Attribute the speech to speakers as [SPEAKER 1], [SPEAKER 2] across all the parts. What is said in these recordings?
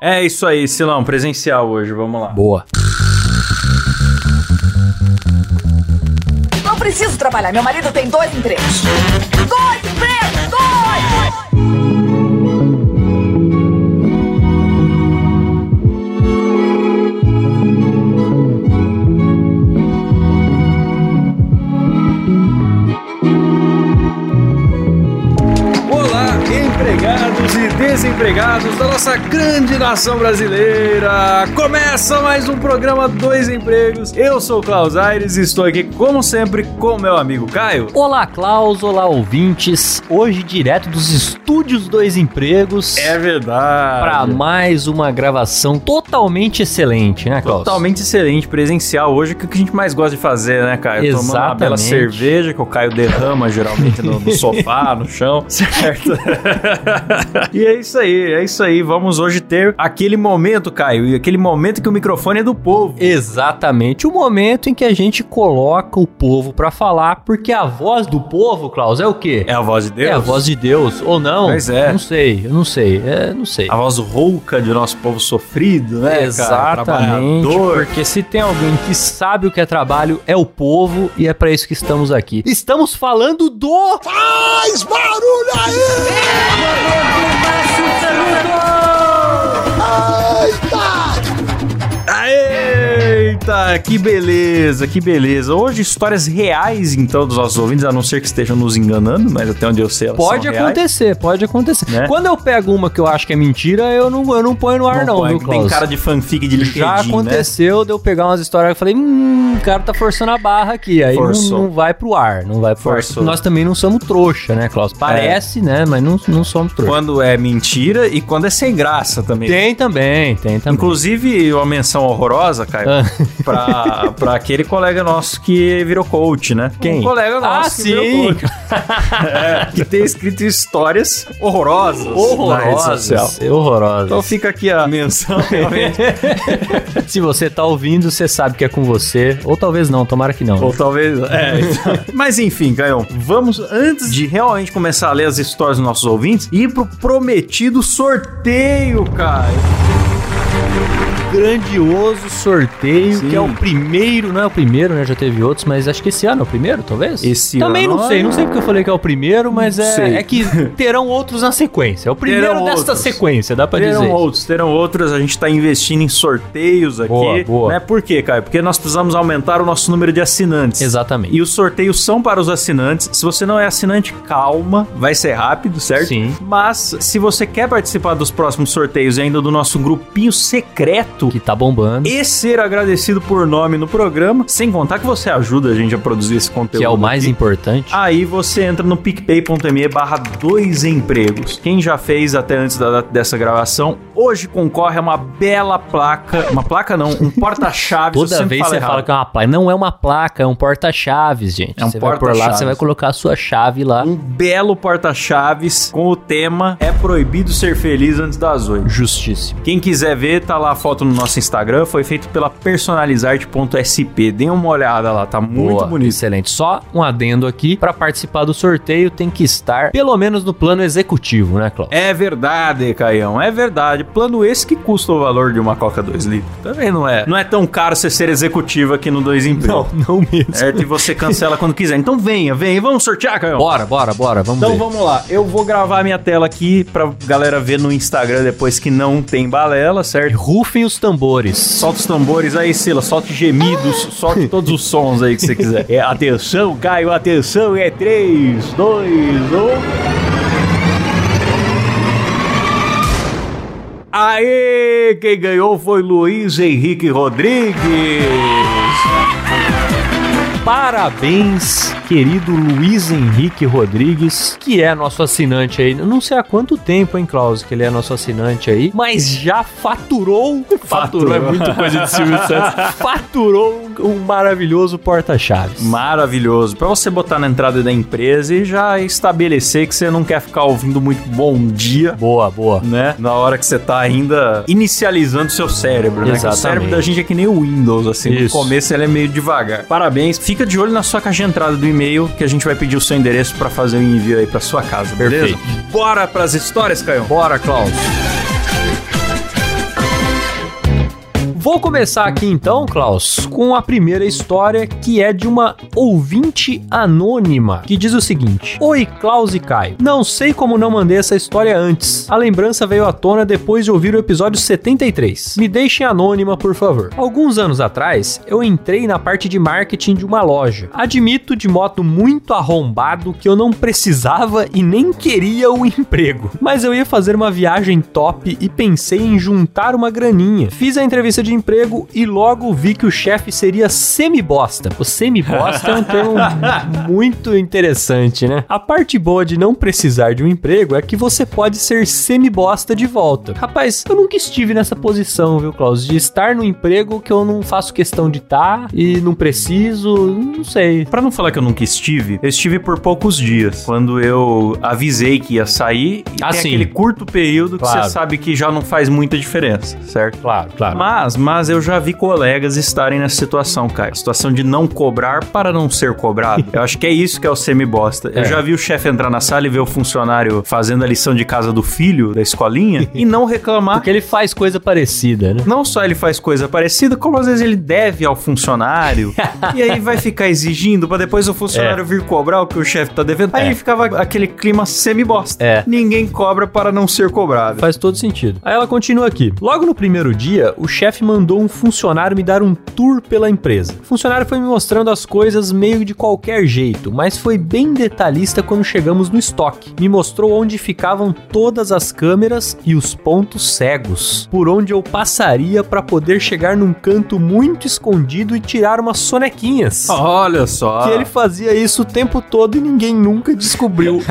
[SPEAKER 1] É isso aí, Silão, presencial hoje, vamos lá.
[SPEAKER 2] Boa.
[SPEAKER 3] Não preciso trabalhar, meu marido tem dois empregos. Dois empregos, dois!
[SPEAKER 1] Olá, empregados e desempregados da nossa grande nação brasileira! Começa mais um programa Dois Empregos. Eu sou o Klaus Aires e estou aqui, como sempre, com meu amigo Caio.
[SPEAKER 2] Olá, Klaus. Olá, ouvintes. Hoje, direto dos estúdios Dois Empregos.
[SPEAKER 1] É verdade.
[SPEAKER 2] Pra mais uma gravação totalmente excelente, né, Klaus?
[SPEAKER 1] Totalmente excelente, presencial hoje, que é o que a gente mais gosta de fazer, né, Caio? Tomando uma
[SPEAKER 2] Exatamente.
[SPEAKER 1] bela cerveja, que o Caio derrama geralmente no, no sofá, no chão, certo? e é isso aí, é isso aí. Vamos hoje ter aquele momento, Caio, e aquele momento que o microfone é do povo.
[SPEAKER 2] Exatamente. O momento em que a gente coloca o povo pra falar, porque a voz do povo, Klaus, é o quê?
[SPEAKER 1] É a voz de Deus?
[SPEAKER 2] a voz de Deus, ou não?
[SPEAKER 1] Pois é.
[SPEAKER 2] Não sei, eu não sei, é, não sei.
[SPEAKER 1] A voz rouca de nosso povo sofrido, né, cara?
[SPEAKER 2] Exatamente,
[SPEAKER 1] Trabalhador.
[SPEAKER 2] porque se tem alguém que sabe o que é trabalho, é o povo e é pra isso que estamos aqui. Estamos falando do Faz barulho
[SPEAKER 1] Eita, que beleza, que beleza. Hoje, histórias reais, então, dos nossos ouvintes, a não ser que estejam nos enganando, mas até onde eu sei, elas
[SPEAKER 2] Pode
[SPEAKER 1] são reais.
[SPEAKER 2] acontecer, pode acontecer.
[SPEAKER 1] Né?
[SPEAKER 2] Quando eu pego uma que eu acho que é mentira, eu não, eu não ponho no ar não,
[SPEAKER 1] põe,
[SPEAKER 2] viu,
[SPEAKER 1] que Tem
[SPEAKER 2] Klaus?
[SPEAKER 1] cara de fanfic de LinkedIn,
[SPEAKER 2] Já
[SPEAKER 1] né?
[SPEAKER 2] aconteceu de eu pegar umas histórias que eu falei, hum, o cara tá forçando a barra aqui. Aí não,
[SPEAKER 1] Forçou.
[SPEAKER 2] não vai pro ar, não vai pro ar.
[SPEAKER 1] Forçou. É.
[SPEAKER 2] Nós também não somos trouxa, né, Klaus? Parece, né, mas não, não somos trouxa.
[SPEAKER 1] Quando é mentira e quando é sem graça também.
[SPEAKER 2] Tem também, tem também.
[SPEAKER 1] Inclusive, uma menção horrorosa, Caio,
[SPEAKER 2] Ah.
[SPEAKER 1] pra, pra aquele colega nosso que virou coach, né?
[SPEAKER 2] Quem?
[SPEAKER 1] Um colega
[SPEAKER 2] Ah,
[SPEAKER 1] nosso que virou
[SPEAKER 2] sim!
[SPEAKER 1] coach. É, que tem escrito histórias horrorosas. na rede social.
[SPEAKER 2] Horrorosas.
[SPEAKER 1] Então
[SPEAKER 2] Horrorosas.
[SPEAKER 1] fica aqui a menção, realmente.
[SPEAKER 2] Se você tá ouvindo, você sabe que é com você. Ou talvez não, tomara que não.
[SPEAKER 1] Ou talvez. É, então. Mas enfim, Caio, vamos, antes de realmente começar a ler as histórias dos nossos ouvintes, ir pro prometido sorteio, Caio.
[SPEAKER 2] grandioso sorteio,
[SPEAKER 1] Sim.
[SPEAKER 2] que é o primeiro, não é o primeiro, né? Já teve outros, mas acho que esse ano é o primeiro, talvez?
[SPEAKER 1] Esse
[SPEAKER 2] Também
[SPEAKER 1] ano
[SPEAKER 2] não sei,
[SPEAKER 1] é.
[SPEAKER 2] não sei porque eu falei que é o primeiro, mas
[SPEAKER 1] Sei.
[SPEAKER 2] é, é que terão outros na sequência. É o primeiro
[SPEAKER 1] Terão
[SPEAKER 2] desta
[SPEAKER 1] outros.
[SPEAKER 2] sequência, dá pra
[SPEAKER 1] Terão
[SPEAKER 2] dizer. isso.
[SPEAKER 1] outros, terão outros. A gente tá investindo em sorteios aqui.
[SPEAKER 2] Boa, boa.
[SPEAKER 1] Né? Por quê, Caio? Porque nós precisamos aumentar o nosso número de assinantes.
[SPEAKER 2] Exatamente.
[SPEAKER 1] E os sorteios são para os assinantes. Se você não é assinante, calma, vai ser rápido, certo?
[SPEAKER 2] Sim.
[SPEAKER 1] Mas se você quer participar dos próximos sorteios e ainda do nosso grupinho secreto,
[SPEAKER 2] Que tá bombando.
[SPEAKER 1] e ser agradecido por nome no programa, sem contar que você ajuda a gente a produzir esse conteúdo.
[SPEAKER 2] Que é o mais
[SPEAKER 1] aqui. Ah,
[SPEAKER 2] importante.
[SPEAKER 1] Aí você entra no picpay.me barra dois empregos. Quem já fez até antes da data dessa gravação, hoje concorre a uma bela placa. Uma placa não, um porta-chaves. eu
[SPEAKER 2] Toda
[SPEAKER 1] sempre
[SPEAKER 2] vez
[SPEAKER 1] falo
[SPEAKER 2] você
[SPEAKER 1] errado.
[SPEAKER 2] fala que é uma placa. Não é uma placa, é um porta-chaves, gente.
[SPEAKER 1] É um
[SPEAKER 2] você vai por lá,
[SPEAKER 1] porta-chaves.
[SPEAKER 2] você vai colocar a sua chave lá.
[SPEAKER 1] Um belo porta-chaves com o tema É proibido ser feliz antes das oito.
[SPEAKER 2] Justiça.
[SPEAKER 1] Quem quiser ver, tá lá a foto no nosso Instagram. Foi feito pela personalizarte.sp. Deem uma olhada lá, tá muito
[SPEAKER 2] Boa,
[SPEAKER 1] bonito.
[SPEAKER 2] Excelente. Só um adendo aqui, Pra participar do sorteio tem que estar pelo menos no plano executivo, né, Cláudio?
[SPEAKER 1] É verdade, Caião, é verdade. Plano esse que custa o valor de uma Coca 2 litros. Também não é. Não é tão caro você ser executivo aqui no 2 Emprego.
[SPEAKER 2] não É. mesmo.
[SPEAKER 1] Certo? E você cancela quando quiser. Então venha, venha. Vamos sortear, Caião.
[SPEAKER 2] Bora, bora, bora, vamos
[SPEAKER 1] Então
[SPEAKER 2] ver.
[SPEAKER 1] vamos lá. Eu vou gravar minha tela aqui pra galera ver no Instagram depois que não tem balela, certo?
[SPEAKER 2] Rufem os tambores.
[SPEAKER 1] Solta os tambores aí, Sila. Solta gemidos. Solta todos os sons aí que você quiser. É, atenção, Caio. Atenção. É um. 3, 2, 1. Aê! Quem ganhou foi Luiz Henrique Rodrigues.
[SPEAKER 2] Parabéns, querido Luiz Henrique Rodrigues, que é nosso assinante aí. Eu Não sei há quanto tempo, hein, Klaus, que ele é nosso assinante aí, mas já faturou. É
[SPEAKER 1] Faturou.
[SPEAKER 2] coisa de Silvio Santos. faturou um maravilhoso porta-chaves.
[SPEAKER 1] Maravilhoso. Pra você botar na entrada da empresa e já estabelecer que você não quer ficar ouvindo muito bom dia.
[SPEAKER 2] Boa, boa.
[SPEAKER 1] Né? Na hora que você tá ainda inicializando seu cérebro, né? Que O
[SPEAKER 2] Exatamente.
[SPEAKER 1] cérebro da gente é que nem o Windows, assim.
[SPEAKER 2] Isso.
[SPEAKER 1] No começo ele é meio devagar. Parabéns. Fica de olho na sua caixa de entrada do e-mail, que a gente vai pedir o seu endereço pra fazer o envio aí pra sua casa, beleza? Bora pras histórias, Caio.
[SPEAKER 2] Bora, Klaus. Vou começar aqui então, Klaus, com a primeira história que é de uma ouvinte anônima que diz o seguinte: Oi, Klaus e Caio. Não sei como não mandei essa história antes. A lembrança veio à tona depois de ouvir o episódio 73. Me deixem anônima, por favor. Alguns anos atrás, eu entrei na parte de marketing de uma loja. Admito de modo muito arrombado que eu não precisava e nem queria o emprego. Mas eu ia fazer uma viagem top e pensei em juntar uma graninha. Fiz a entrevista de emprego e logo vi que o chefe seria semi-bosta. O semi-bosta é um termo muito interessante, né? A parte boa de não precisar de um emprego é que você pode ser semi-bosta de volta. Rapaz, eu nunca estive nessa posição, viu, Klaus? De estar no emprego que eu não faço questão de estar e não preciso, não sei.
[SPEAKER 1] Pra não falar que eu nunca estive, eu estive por poucos dias. Quando eu avisei que ia sair, e
[SPEAKER 2] Ah,
[SPEAKER 1] tem
[SPEAKER 2] sim.
[SPEAKER 1] aquele curto período que
[SPEAKER 2] Claro.
[SPEAKER 1] você sabe que já não faz muita diferença, certo?
[SPEAKER 2] Claro, claro.
[SPEAKER 1] Mas, mas eu já vi colegas estarem nessa situação, cara. A situação de não cobrar para não ser cobrado. Eu acho que é isso que é o semi-bosta.
[SPEAKER 2] É.
[SPEAKER 1] Eu já vi o chefe entrar na sala e ver o funcionário fazendo a lição de casa do filho, da escolinha, e não reclamar.
[SPEAKER 2] Porque ele faz coisa parecida, né?
[SPEAKER 1] Não só ele faz coisa parecida, como às vezes ele deve ao funcionário. e aí vai ficar exigindo pra depois o funcionário vir cobrar o que o chefe tá devendo. Aí
[SPEAKER 2] É.
[SPEAKER 1] ficava aquele clima semi-bosta.
[SPEAKER 2] É.
[SPEAKER 1] Ninguém cobra para não ser cobrado.
[SPEAKER 2] Faz todo sentido. Aí ela continua aqui. Logo no primeiro dia, o chefe mandou um funcionário me dar um tour pela empresa. O funcionário foi me mostrando as coisas meio de qualquer jeito, mas foi bem detalhista quando chegamos no estoque. Me mostrou onde ficavam todas as câmeras e os pontos cegos, por onde eu passaria para poder chegar num canto muito escondido e tirar umas sonequinhas.
[SPEAKER 1] Olha só.
[SPEAKER 2] Que ele fazia isso o tempo todo e ninguém nunca descobriu.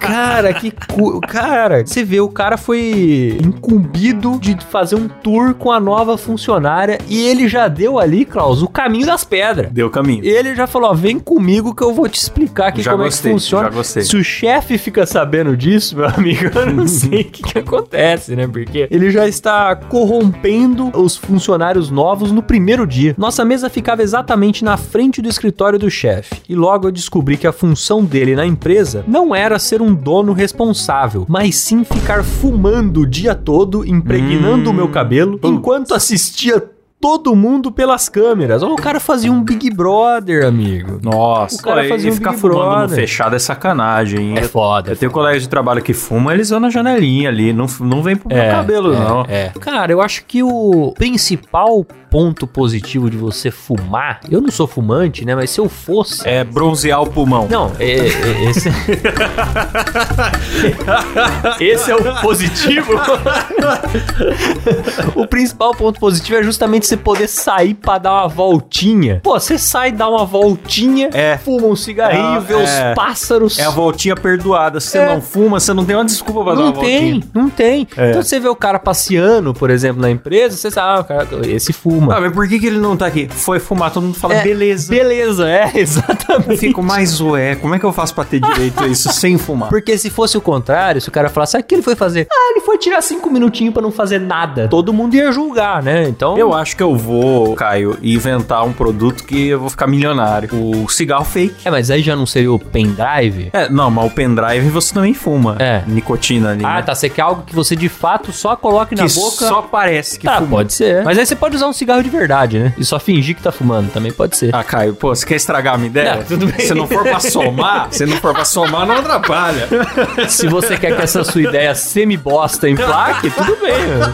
[SPEAKER 2] Cara, que cu... Cara, você vê, o cara foi incumbido de fazer um tour com a nova funcionária e ele já deu ali, Klaus, o caminho das pedras.
[SPEAKER 1] Deu caminho.
[SPEAKER 2] Ele já falou, ó, vem comigo que eu vou te explicar aqui
[SPEAKER 1] Já
[SPEAKER 2] como
[SPEAKER 1] gostei,
[SPEAKER 2] é que funciona.
[SPEAKER 1] já gostei. Uhum.
[SPEAKER 2] Se o chefe fica sabendo disso, meu amigo, eu não sei o que, que acontece, né? Porque ele já está corrompendo os funcionários novos no primeiro dia. Nossa mesa ficava exatamente na frente do escritório do chefe. E logo eu descobri que a função dele na empresa não era ser um dono responsável, mas sim ficar fumando o dia todo, impregnando
[SPEAKER 1] Hum.
[SPEAKER 2] o meu cabelo, enquanto assistia todo mundo pelas câmeras. Ó, O cara fazia um Big Brother, amigo.
[SPEAKER 1] Nossa,
[SPEAKER 2] O cara
[SPEAKER 1] e-
[SPEAKER 2] fazia
[SPEAKER 1] e
[SPEAKER 2] um
[SPEAKER 1] ficar
[SPEAKER 2] Big
[SPEAKER 1] fumando
[SPEAKER 2] Brother.
[SPEAKER 1] no fechado é sacanagem, hein? Eu-
[SPEAKER 2] É foda.
[SPEAKER 1] eu tenho colegas de trabalho que fumam, eles vão na janelinha ali, não, f- não vem pro meu cabelo,
[SPEAKER 2] é,
[SPEAKER 1] não.
[SPEAKER 2] é. Cara, eu acho que o principal ponto positivo de você fumar, eu não sou fumante, né? Mas se eu fosse.
[SPEAKER 1] É bronzear o pulmão.
[SPEAKER 2] Não, é, é- esse... esse é o positivo. o principal ponto positivo é justamente você poder sair pra dar uma voltinha. Pô, você sai, dá uma voltinha,
[SPEAKER 1] É.
[SPEAKER 2] fuma um cigarrinho,
[SPEAKER 1] Ah,
[SPEAKER 2] vê
[SPEAKER 1] é.
[SPEAKER 2] os pássaros.
[SPEAKER 1] É a voltinha perdoada. Se você
[SPEAKER 2] É.
[SPEAKER 1] não fuma, você não tem uma desculpa pra dar
[SPEAKER 2] Não
[SPEAKER 1] uma voltinha. É.
[SPEAKER 2] tem, não tem. Então você vê o cara passeando, por exemplo, na empresa, você sabe, ah, o cara, esse fuma.
[SPEAKER 1] Ah, mas por que, que ele não tá aqui? Foi fumar, todo mundo fala,
[SPEAKER 2] É,
[SPEAKER 1] beleza.
[SPEAKER 2] Beleza, é,
[SPEAKER 1] Eu
[SPEAKER 2] exatamente.
[SPEAKER 1] fico mais ué. Como é que eu faço pra ter direito a isso sem fumar?
[SPEAKER 2] Porque se fosse o contrário, se o cara falasse, ah, o que ele foi fazer? Ah, ele foi tirar cinco minutinhos pra não fazer nada. Todo mundo ia julgar, né? Então.
[SPEAKER 1] Eu acho que eu vou, Caio, inventar um produto que eu vou ficar milionário. O cigarro fake.
[SPEAKER 2] É, mas aí já não seria o pendrive?
[SPEAKER 1] É, não, mas o pendrive você também fuma.
[SPEAKER 2] É.
[SPEAKER 1] Nicotina ali.
[SPEAKER 2] Ah,
[SPEAKER 1] né?
[SPEAKER 2] tá. Você quer algo que você de fato só coloque na
[SPEAKER 1] Que
[SPEAKER 2] boca.
[SPEAKER 1] só parece que
[SPEAKER 2] Ah,
[SPEAKER 1] fuma.
[SPEAKER 2] pode ser. Mas aí você pode usar um cigarro de verdade, né? E só fingir que tá fumando. Também pode ser.
[SPEAKER 1] Ah, Caio, pô, você quer estragar a minha ideia?
[SPEAKER 2] Não, tudo bem.
[SPEAKER 1] Se não for pra somar, se não for pra somar, não atrapalha.
[SPEAKER 2] Se você quer que essa sua ideia semi-bosta emplaque, tudo bem. né? Mano.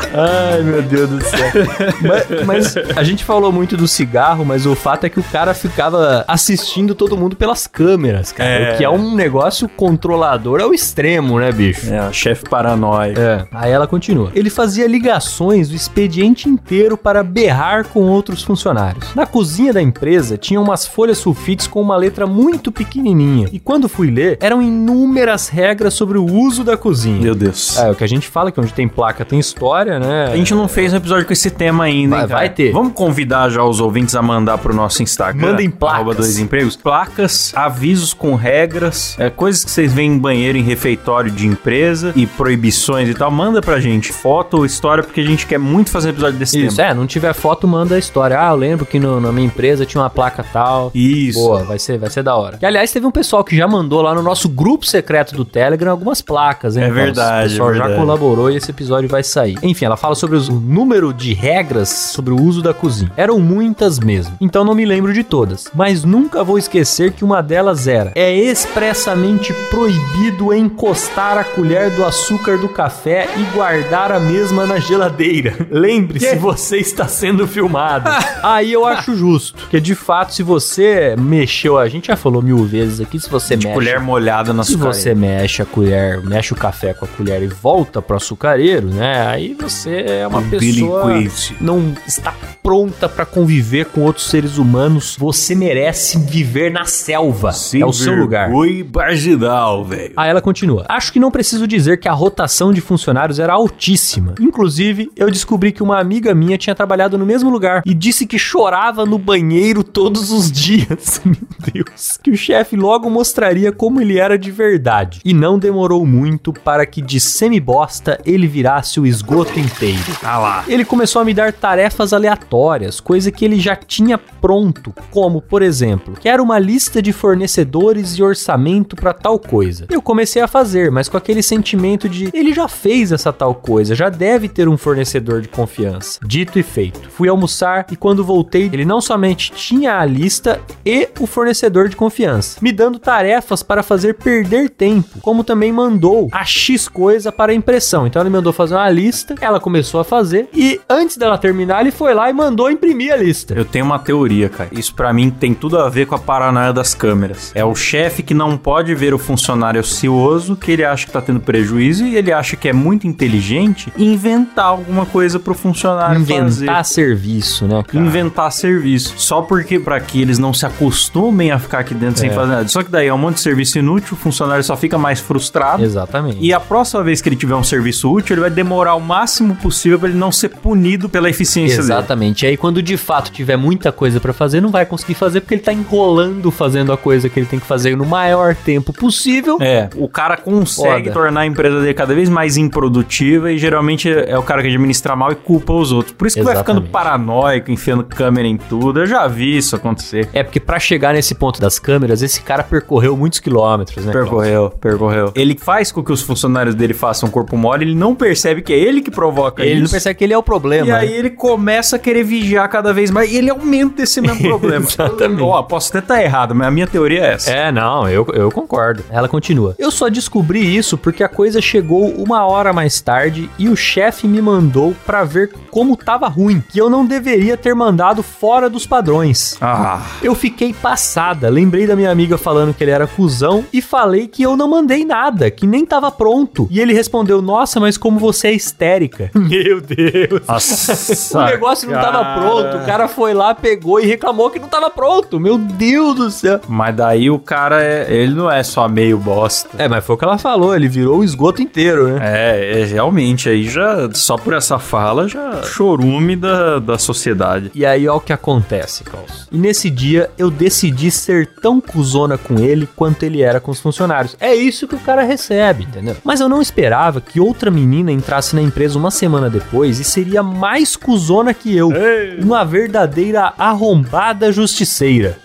[SPEAKER 2] Ai, meu Deus do céu. Mas, mas a gente falou muito do cigarro, mas o fato é que o cara ficava assistindo todo mundo pelas câmeras, cara.
[SPEAKER 1] É.
[SPEAKER 2] O que é um negócio controlador ao extremo, né, bicho?
[SPEAKER 1] É, chefe paranoico.
[SPEAKER 2] É. Aí ela continua. Ele fazia ligações o expediente inteiro para berrar com outros funcionários. Na cozinha da empresa tinha umas folhas sulfites com uma letra muito pequenininha. E quando fui ler, eram inúmeras regras sobre o uso da cozinha.
[SPEAKER 1] Meu Deus.
[SPEAKER 2] É, o que a gente fala que onde tem placa tem história, né?
[SPEAKER 1] A gente não fez um episódio com esse tema ainda,
[SPEAKER 2] Vai,
[SPEAKER 1] hein,
[SPEAKER 2] vai Vai ter.
[SPEAKER 1] Vamos convidar já os ouvintes a mandar pro nosso Instagram.
[SPEAKER 2] Mandem placas.
[SPEAKER 1] arroba dois empregos. Placas, avisos com regras, é, coisas que vocês veem em banheiro, em refeitório de empresa e proibições e tal. Manda pra gente foto ou história, porque a gente quer muito fazer um episódio desse
[SPEAKER 2] Isso,
[SPEAKER 1] tema.
[SPEAKER 2] é, não tiver foto, manda a história. Ah, eu lembro que no- na minha empresa tinha uma placa tal.
[SPEAKER 1] Isso.
[SPEAKER 2] é. Boa, vai ser, vai ser da hora. Que, aliás, teve um pessoal que já mandou lá no nosso grupo secreto do Telegram algumas placas, hein?
[SPEAKER 1] É
[SPEAKER 2] Klaus?
[SPEAKER 1] verdade,
[SPEAKER 2] O pessoal
[SPEAKER 1] é
[SPEAKER 2] já
[SPEAKER 1] verdade.
[SPEAKER 2] colaborou e esse episódio vai sair. Enfim, ela fala sobre os- o número de regras sobre o uso da cozinha. Eram muitas mesmo, então não me lembro de todas. Mas nunca vou esquecer que uma delas era: é expressamente proibido encostar a colher do açúcar do café e guardar a mesma na geladeira. Lembre-se, você está sendo filmado. Aí eu acho justo. Porque de fato, se você mexeu, a gente já falou mil vezes aqui, se você mexe.
[SPEAKER 1] Colher molhada na
[SPEAKER 2] Se
[SPEAKER 1] sua
[SPEAKER 2] você mexe a colher, mexe o café com a colher e volta pro açucareiro, né? Aí você é
[SPEAKER 1] Um
[SPEAKER 2] uma pessoa
[SPEAKER 1] Delinquente.
[SPEAKER 2] não está pronta pra conviver com outros seres humanos. Você merece viver na selva. é o seu lugar.
[SPEAKER 1] Oi, Barginal, velho.
[SPEAKER 2] Aí ela continua. Acho que não preciso dizer que a rotação de funcionários era altíssima. Inclusive, eu descobri que uma amiga minha tinha trabalhado no mesmo lugar e disse que chorava no banheiro todos os dias. Meu Deus. Que o chefe logo mostraria como ele era de verdade. E não demorou muito para que de semi-bosta ele virasse o esgoto inteiro.
[SPEAKER 1] Ah lá.
[SPEAKER 2] Ele começou a me dar tarefas aleatórias, coisa que ele já tinha pronto, como, por exemplo, quero uma lista de fornecedores e orçamento pra tal coisa. Eu comecei a fazer, mas com aquele sentimento de ele já fez essa tal coisa, já deve ter um fornecedor de confiança. Dito e feito. Fui almoçar e quando voltei, ele não somente tinha a lista e o fornecedor de confiança, me dando tarefas para fazer perder tempo, como também mandou a X coisa para impressão. Então ele mandou fazer uma lista, ela começou a fazer e antes dela terminar, ele foi lá e mandou imprimir a lista.
[SPEAKER 1] Eu tenho uma teoria, cara. Isso pra mim tem tudo a ver com a paranoia das câmeras. É o chefe que não pode ver o funcionário ocioso, que ele acha que tá tendo prejuízo e ele acha que é muito inteligente inventar alguma coisa pro funcionário fazer.
[SPEAKER 2] Inventar serviço, né, cara?
[SPEAKER 1] Inventar serviço. Só porque pra que eles não se acostumem a ficar aqui dentro sem fazer nada. Só que daí é um monte de serviço inútil, o funcionário só fica mais frustrado.
[SPEAKER 2] Exatamente.
[SPEAKER 1] E a próxima vez que ele tiver um serviço útil, ele vai demorar o máximo possível pra ele não ser punido pela eficiência dele.
[SPEAKER 2] Exatamente. E aí, quando de fato tiver muita coisa pra fazer, não vai conseguir fazer porque ele tá enrolando fazendo a coisa que ele tem que fazer no maior tempo possível.
[SPEAKER 1] É, o cara consegue
[SPEAKER 2] Foda.
[SPEAKER 1] tornar a empresa dele cada vez mais improdutiva e geralmente é o cara que administra mal e culpa os outros. Por isso que vai ficando
[SPEAKER 2] Exatamente.
[SPEAKER 1] paranoico, enfiando câmera em tudo. Eu já vi isso acontecer.
[SPEAKER 2] É porque pra chegar nesse ponto das câmeras, esse cara percorreu muitos quilômetros, né? Klaus?
[SPEAKER 1] Percorreu, percorreu. Ele faz com que os funcionários dele façam corpo mole, ele não percebe que é ele que provoca
[SPEAKER 2] Ele não
[SPEAKER 1] isso.
[SPEAKER 2] percebe que ele é o problema.
[SPEAKER 1] E
[SPEAKER 2] né?
[SPEAKER 1] aí ele começa a querer vigiar cada vez mais e ele aumenta esse mesmo problema.
[SPEAKER 2] Exatamente.
[SPEAKER 1] Ó, posso até estar errado, mas a minha teoria é essa.
[SPEAKER 2] É, não, eu, eu concordo. Ela continua. Eu só descobri isso porque a coisa chegou uma hora mais tarde e o chefe me mandou pra ver como tava ruim, que eu não deveria ter mandado fora dos padrões.
[SPEAKER 1] Ah,
[SPEAKER 2] Eu fiquei passada, lembrei da minha amiga falando que ele era cuzão e falei que eu não mandei nada, que nem tava pronto. E ele respondeu: Nossa, mas como você é histérica. Meu Deus.
[SPEAKER 1] nossa,
[SPEAKER 2] O negócio não tava
[SPEAKER 1] cara.
[SPEAKER 2] pronto, o cara foi lá, pegou e reclamou que não tava pronto. Meu Deus do céu.
[SPEAKER 1] Mas daí o cara, é, ele não é só meio bosta.
[SPEAKER 2] É, mas foi o que ela falou, ele virou o esgoto inteiro, né?
[SPEAKER 1] É, é, realmente, aí já, só por essa fala, já chorume da, da sociedade.
[SPEAKER 2] E aí, ó o que acontece, Klaus. E nesse dia, eu decidi ser tão cuzona com ele quanto ele era com os funcionários. É isso que o cara recebe, entendeu? Mas eu não esperava que outra menina entrasse na empresa uma semana depois e seria mais cuzona que eu. Uma verdadeira arrombada justiceira.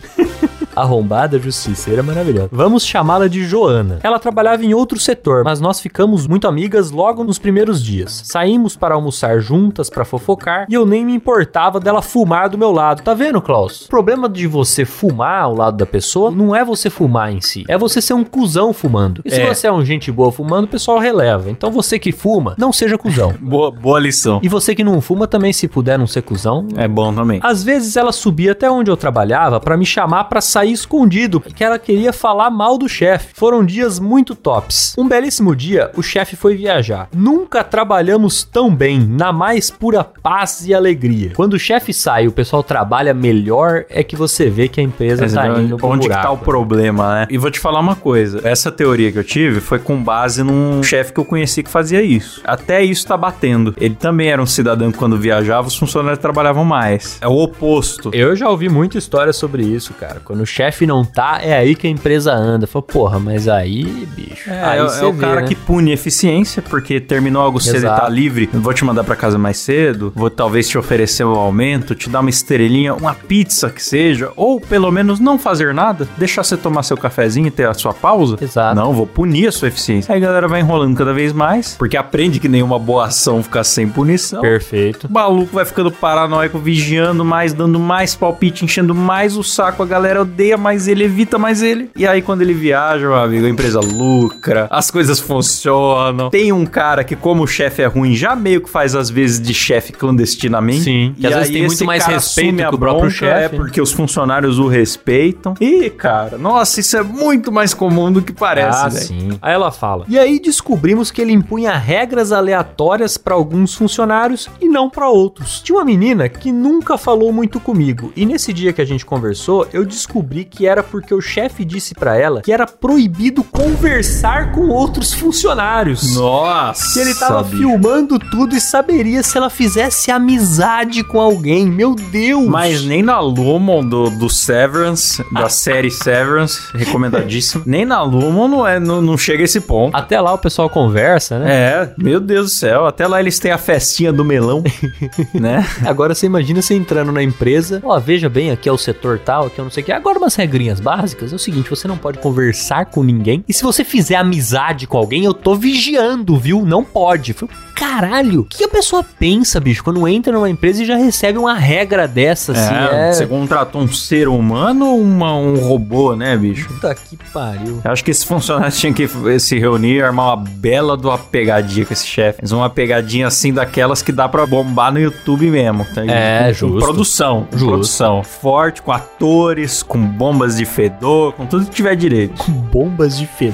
[SPEAKER 2] Arrombada justiceira maravilhosa. Vamos chamá-la de Joana. Ela trabalhava em outro setor, mas nós ficamos muito amigas logo nos primeiros dias. Saímos para almoçar juntas, para fofocar, e eu nem me importava dela fumar do meu lado. Tá vendo, Klaus? O problema de você fumar ao lado da pessoa não é você fumar em si, é você ser um cuzão fumando. E se
[SPEAKER 1] É.
[SPEAKER 2] você é um gente boa fumando, o pessoal releva. Então você que fuma, não seja cuzão.
[SPEAKER 1] Boa, boa lição.
[SPEAKER 2] e você que não fuma também, se puder não ser cuzão, Ah,
[SPEAKER 1] É bom também.
[SPEAKER 2] às vezes ela subia até onde eu trabalhava pra me chamar pra sair saía escondido, porque ela queria falar mal do chefe. Foram dias muito tops. Um belíssimo dia, o chefe foi viajar. Nunca trabalhamos tão bem, na mais pura paz e alegria. Quando o chefe sai, o pessoal trabalha melhor, é que você vê que a empresa
[SPEAKER 1] Mas,
[SPEAKER 2] tá
[SPEAKER 1] então,
[SPEAKER 2] indo pro
[SPEAKER 1] onde que tá
[SPEAKER 2] buraco.
[SPEAKER 1] o problema, né? E vou te falar uma coisa. Essa teoria que eu tive foi com base num chefe que eu conheci que fazia isso. Até isso tá batendo. Ele também era um cidadão que quando viajava, os funcionários trabalhavam mais. É o oposto.
[SPEAKER 2] Eu já ouvi muita história sobre isso, cara. Quando o chefe não tá, é aí que a empresa anda. Fala, porra, mas aí, bicho.
[SPEAKER 1] É,
[SPEAKER 2] aí
[SPEAKER 1] é-
[SPEAKER 2] você
[SPEAKER 1] é o
[SPEAKER 2] vê,
[SPEAKER 1] cara
[SPEAKER 2] né?
[SPEAKER 1] que pune eficiência, porque terminou algo cedo e tá
[SPEAKER 2] Exato.
[SPEAKER 1] livre. Vou te mandar pra casa mais cedo, vou talvez te oferecer um aumento, te dar uma estrelinha, uma pizza que seja, ou pelo menos não fazer nada, deixar você tomar seu cafezinho e ter a sua pausa.
[SPEAKER 2] Exato.
[SPEAKER 1] Não, vou punir a sua eficiência. Aí a galera vai enrolando cada vez mais, porque aprende que nenhuma boa ação fica sem punição.
[SPEAKER 2] Perfeito.
[SPEAKER 1] O maluco vai ficando paranoico, vigiando mais, dando mais palpite, enchendo mais o saco. A galera odeia mais ele, evita mais ele. E aí, quando ele viaja, meu amigo, a empresa lucra, as coisas funcionam. Tem um cara que, como o chefe é ruim, já meio que faz às vezes de chefe clandestinamente.
[SPEAKER 2] Sim, que
[SPEAKER 1] E
[SPEAKER 2] às vezes
[SPEAKER 1] aí
[SPEAKER 2] tem muito
[SPEAKER 1] esse
[SPEAKER 2] mais
[SPEAKER 1] cara
[SPEAKER 2] respeito
[SPEAKER 1] assume a
[SPEAKER 2] que o próprio
[SPEAKER 1] bronca,
[SPEAKER 2] chefe,
[SPEAKER 1] É
[SPEAKER 2] né?
[SPEAKER 1] porque os funcionários o respeitam. E, cara, nossa, isso é muito mais comum do que parece,
[SPEAKER 2] ah,
[SPEAKER 1] velho.
[SPEAKER 2] sim. Aí ela fala. E aí descobrimos que ele impunha regras aleatórias pra alguns funcionários e não pra outros. Tinha uma menina que nunca falou muito comigo e nesse dia que a gente conversou, eu descobri que era porque o chefe disse pra ela que era proibido conversar com outros funcionários.
[SPEAKER 1] Nossa!
[SPEAKER 2] Que ele tava
[SPEAKER 1] bicho.
[SPEAKER 2] filmando tudo e saberia se ela fizesse amizade com alguém. Meu Deus!
[SPEAKER 1] Mas nem na Lumon do, do Severance,
[SPEAKER 2] Ah.
[SPEAKER 1] da série Severance, recomendadíssimo. Nem na Lumon não, é, não, não chega a esse ponto.
[SPEAKER 2] Até lá o pessoal conversa, né?
[SPEAKER 1] É, meu Deus do céu. Até lá eles têm a festinha do melão, né?
[SPEAKER 2] Agora você imagina você entrando na empresa, ó, veja bem, aqui é o setor tal, aqui é o não sei o que. Agora umas regrinhas básicas é o seguinte, você não pode conversar com ninguém. E se você fizer amizade com alguém, eu tô vigiando, viu? Não pode. Eu Falei, caralho, o que a pessoa pensa, bicho, quando entra numa empresa e já recebe uma regra dessa, assim, é...
[SPEAKER 1] Você contratou um ser humano ou uma- um robô, né, bicho?
[SPEAKER 2] Puta que pariu.
[SPEAKER 1] Eu acho que esses funcionários tinham que se reunir e armar uma bela de uma pegadinha com esse chefe. Mas uma pegadinha assim daquelas que dá pra bombar no YouTube mesmo. Tá?
[SPEAKER 2] É,
[SPEAKER 1] Com
[SPEAKER 2] justo.
[SPEAKER 1] Produção.
[SPEAKER 2] Justo.
[SPEAKER 1] Produção. Forte, com atores, com bombas de fedor, com tudo que tiver direito.
[SPEAKER 2] Bombas de fedor.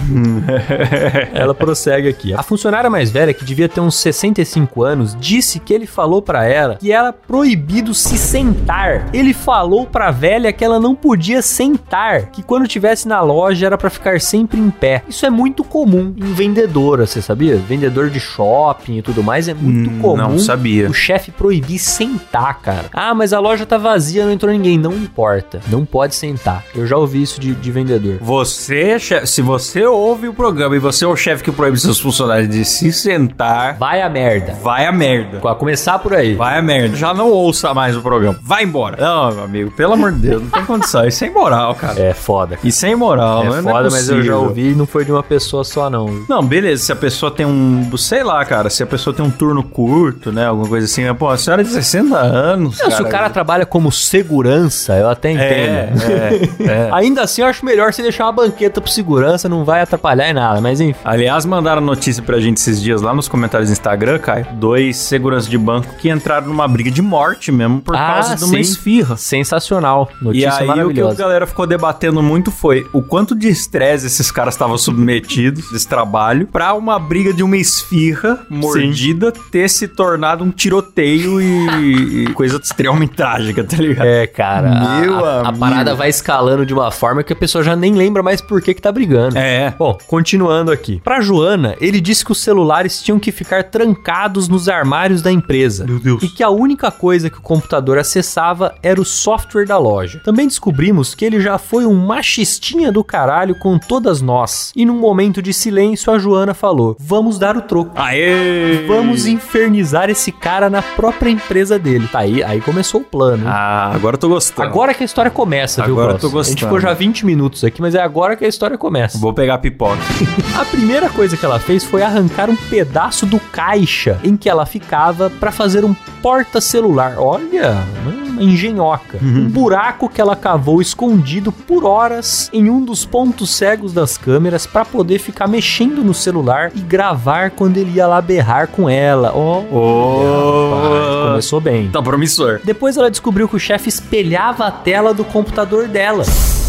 [SPEAKER 2] Ela prossegue aqui. É A funcionária mais velha, que devia ter uns 65 anos, disse que ele falou pra ela que era proibido se sentar. Ele falou pra velha que ela não podia sentar, que quando tivesse na loja era pra ficar sempre em pé. Isso é muito comum em vendedora, você sabia? Vendedor de shopping e tudo mais é muito
[SPEAKER 1] Hum,
[SPEAKER 2] comum.
[SPEAKER 1] Não sabia.
[SPEAKER 2] O chefe proibir sentar, cara. Ah, mas a loja tá vazia, não entrou ninguém. Não importa. Não pode sentar. Eu já ouvi isso de, de vendedor.
[SPEAKER 1] Você, chefe, se você ouve o programa e você é o chefe que proíbe seus funcionários de se sentar,
[SPEAKER 2] Vai a merda.
[SPEAKER 1] vai a merda.
[SPEAKER 2] Vai começar por aí.
[SPEAKER 1] Vai a merda. Já não ouça mais o programa. Vai embora. Não, meu amigo, pelo amor de Deus, não tem condição. Isso é imoral, cara.
[SPEAKER 2] É foda.
[SPEAKER 1] Isso é imoral,
[SPEAKER 2] é
[SPEAKER 1] né? não é
[SPEAKER 2] foda, mas eu já
[SPEAKER 1] possível.
[SPEAKER 2] ouvi e não foi de uma pessoa só, não. viu?
[SPEAKER 1] Não, beleza, se a pessoa tem um. Sei lá, cara, se a pessoa tem um turno curto, né? Alguma coisa assim, mas, pô, a senhora é de 60 anos.
[SPEAKER 2] Não, se o cara né? trabalha como segurança, eu até
[SPEAKER 1] É,
[SPEAKER 2] entendo.
[SPEAKER 1] é, é.
[SPEAKER 2] Ainda assim, eu acho melhor você deixar uma banqueta pro segurança, não vai atrapalhar em nada, mas enfim.
[SPEAKER 1] Aliás, mandaram notícia pra gente esses dias lá nos comentários do Instagram, Caio. Dois seguranças de banco que entraram numa briga de morte mesmo por
[SPEAKER 2] Ah,
[SPEAKER 1] causa de uma
[SPEAKER 2] sim.
[SPEAKER 1] esfirra.
[SPEAKER 2] Sensacional.
[SPEAKER 1] E
[SPEAKER 2] Notícia
[SPEAKER 1] aí o que a
[SPEAKER 2] maravilhosa.
[SPEAKER 1] galera ficou debatendo muito foi o quanto de estresse esses caras estavam submetidos desse trabalho pra uma briga de uma esfirra mordida ter se tornado um tiroteio e, e coisa extremamente trágica, tá ligado?
[SPEAKER 2] É, cara. a-
[SPEAKER 1] Meu
[SPEAKER 2] a, a
[SPEAKER 1] amigo.
[SPEAKER 2] parada vai escalando de uma forma que a pessoa já nem lembra mais por que, que tá brigando.
[SPEAKER 1] É.
[SPEAKER 2] Bom, continuando aqui. Pra Joana, ele disse que os celulares tinham que ficar trancados nos armários da empresa. Meu Deus. E que a única coisa que o computador acessava era o software da loja. Também descobrimos que ele já foi um machistinha do caralho com todas nós. E num momento de silêncio, a Joana falou: Vamos dar o troco.
[SPEAKER 1] Aê!
[SPEAKER 2] Vamos infernizar esse cara na própria empresa dele. Tá aí, aí começou o plano. hein?
[SPEAKER 1] Ah, agora eu tô gostando.
[SPEAKER 2] Agora que a história começa, viu,
[SPEAKER 1] Agora eu
[SPEAKER 2] Bros?
[SPEAKER 1] tô gostando.
[SPEAKER 2] A gente ficou já 20 minutos aqui, mas é agora que a história começa.
[SPEAKER 1] Vou pegar a pipoca.
[SPEAKER 2] A primeira coisa que ela fez foi arrancar um pedaço do caixa em que ela ficava pra fazer um porta-celular. Olha, uma engenhoca. Um buraco que ela cavou escondido por horas em um dos pontos cegos das câmeras pra poder ficar mexendo no celular e gravar quando ele ia lá berrar com ela. Ó, rapaz,
[SPEAKER 1] Ô!
[SPEAKER 2] começou bem.
[SPEAKER 1] Tá promissor.
[SPEAKER 2] Depois ela descobriu que o chefe espelhava a tela do computador dela.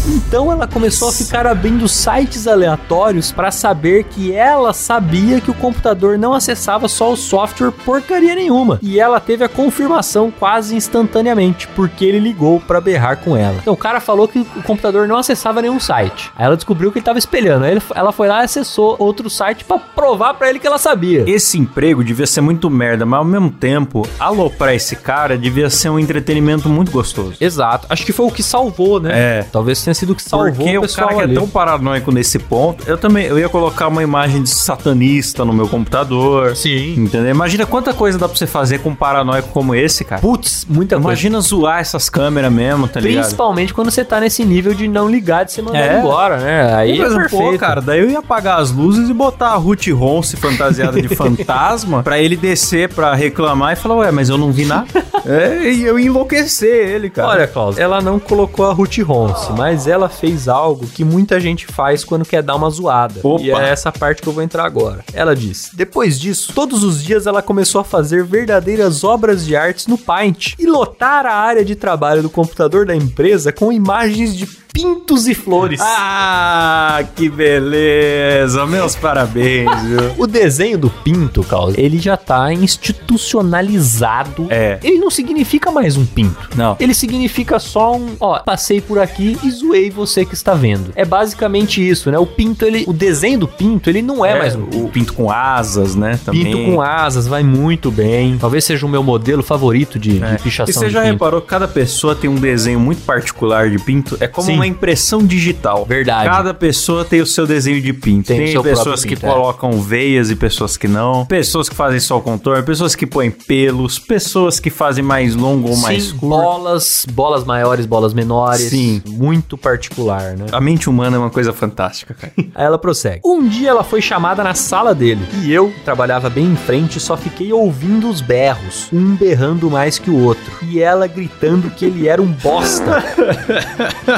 [SPEAKER 2] Então ela começou a ficar abrindo sites aleatórios para saber que ela sabia que o computador não acessava só o software porcaria nenhuma. E ela teve a confirmação quase instantaneamente, porque ele ligou para berrar com ela. Então o cara falou que o computador não acessava nenhum site. Aí ela descobriu que ele tava espelhando. Aí ele- ela foi lá e acessou outro site para provar para ele que ela sabia.
[SPEAKER 1] Esse emprego devia ser muito merda, mas ao mesmo tempo, aloprar esse cara devia ser um entretenimento muito gostoso.
[SPEAKER 2] Exato. Acho que foi o que salvou, né?
[SPEAKER 1] É.
[SPEAKER 2] Talvez tenha sido o que salvou
[SPEAKER 1] Porque o
[SPEAKER 2] o pessoal
[SPEAKER 1] cara que é
[SPEAKER 2] ali.
[SPEAKER 1] tão paranoico nesse ponto, eu também eu ia colocar uma imagem de satanista no meu computador.
[SPEAKER 2] Sim.
[SPEAKER 1] Entendeu? Imagina quanta coisa dá pra você fazer com um paranoico como esse, cara.
[SPEAKER 2] Putz, muita coisa.
[SPEAKER 1] Imagina zoar essas câmeras mesmo, tá ligado?
[SPEAKER 2] Principalmente quando você tá nesse nível de não ligar, de ser mandado
[SPEAKER 1] É.
[SPEAKER 2] embora, né? Aí é
[SPEAKER 1] Mas,
[SPEAKER 2] perfeito.
[SPEAKER 1] pô, cara, daí eu ia apagar as luzes e botar a Ruth Ronce fantasiada de fantasma pra ele descer pra reclamar e falar, ué, mas eu não vi nada. é, e eu ia enlouquecer ele, cara.
[SPEAKER 2] Olha, Klaus, ela não colocou a Ruth Ronce, mas ela fez algo que muita gente faz quando quer dar uma zoada.
[SPEAKER 1] Opa.
[SPEAKER 2] E é essa parte que eu vou entrar agora. Ela disse: Depois disso, todos os dias ela começou a fazer verdadeiras obras de artes no Paint e lotar a área de trabalho do computador da empresa com imagens de pintos e flores.
[SPEAKER 1] Ah, que beleza! Meus parabéns, viu?
[SPEAKER 2] O desenho do pinto, Klaus, ele já tá institucionalizado.
[SPEAKER 1] É.
[SPEAKER 2] Ele não significa mais um pinto.
[SPEAKER 1] Não.
[SPEAKER 2] Ele significa só um, ó, passei por aqui e zoei você que está vendo. É basicamente isso, né? O pinto, ele, o desenho do pinto, ele não é, mais um
[SPEAKER 1] o pinto com asas, né? Também.
[SPEAKER 2] pinto com asas, vai muito bem. Talvez seja o meu modelo favorito de,
[SPEAKER 1] É.
[SPEAKER 2] né, de pichação
[SPEAKER 1] E você
[SPEAKER 2] de
[SPEAKER 1] já
[SPEAKER 2] pinto.
[SPEAKER 1] reparou que cada pessoa tem um desenho muito particular de pinto? É como
[SPEAKER 2] Sim.
[SPEAKER 1] uma impressão digital.
[SPEAKER 2] Verdade.
[SPEAKER 1] Cada pessoa tem o seu desenho de pinto.
[SPEAKER 2] Tem o
[SPEAKER 1] Tem,
[SPEAKER 2] seu
[SPEAKER 1] pessoas
[SPEAKER 2] próprio
[SPEAKER 1] que
[SPEAKER 2] pinto, é.
[SPEAKER 1] colocam veias e pessoas que não. Pessoas que fazem só o contorno, pessoas que põem pelos, pessoas que fazem mais longo ou mais
[SPEAKER 2] Sim,
[SPEAKER 1] curto.
[SPEAKER 2] bolas, bolas maiores, bolas menores.
[SPEAKER 1] Sim.
[SPEAKER 2] Muito particular, né?
[SPEAKER 1] A mente humana é uma coisa fantástica, cara.
[SPEAKER 2] Aí ela prossegue. Um dia ela foi chamada na sala dele e eu, que trabalhava bem em frente, só fiquei ouvindo os berros, um berrando mais que o outro, e ela gritando que ele era um bosta,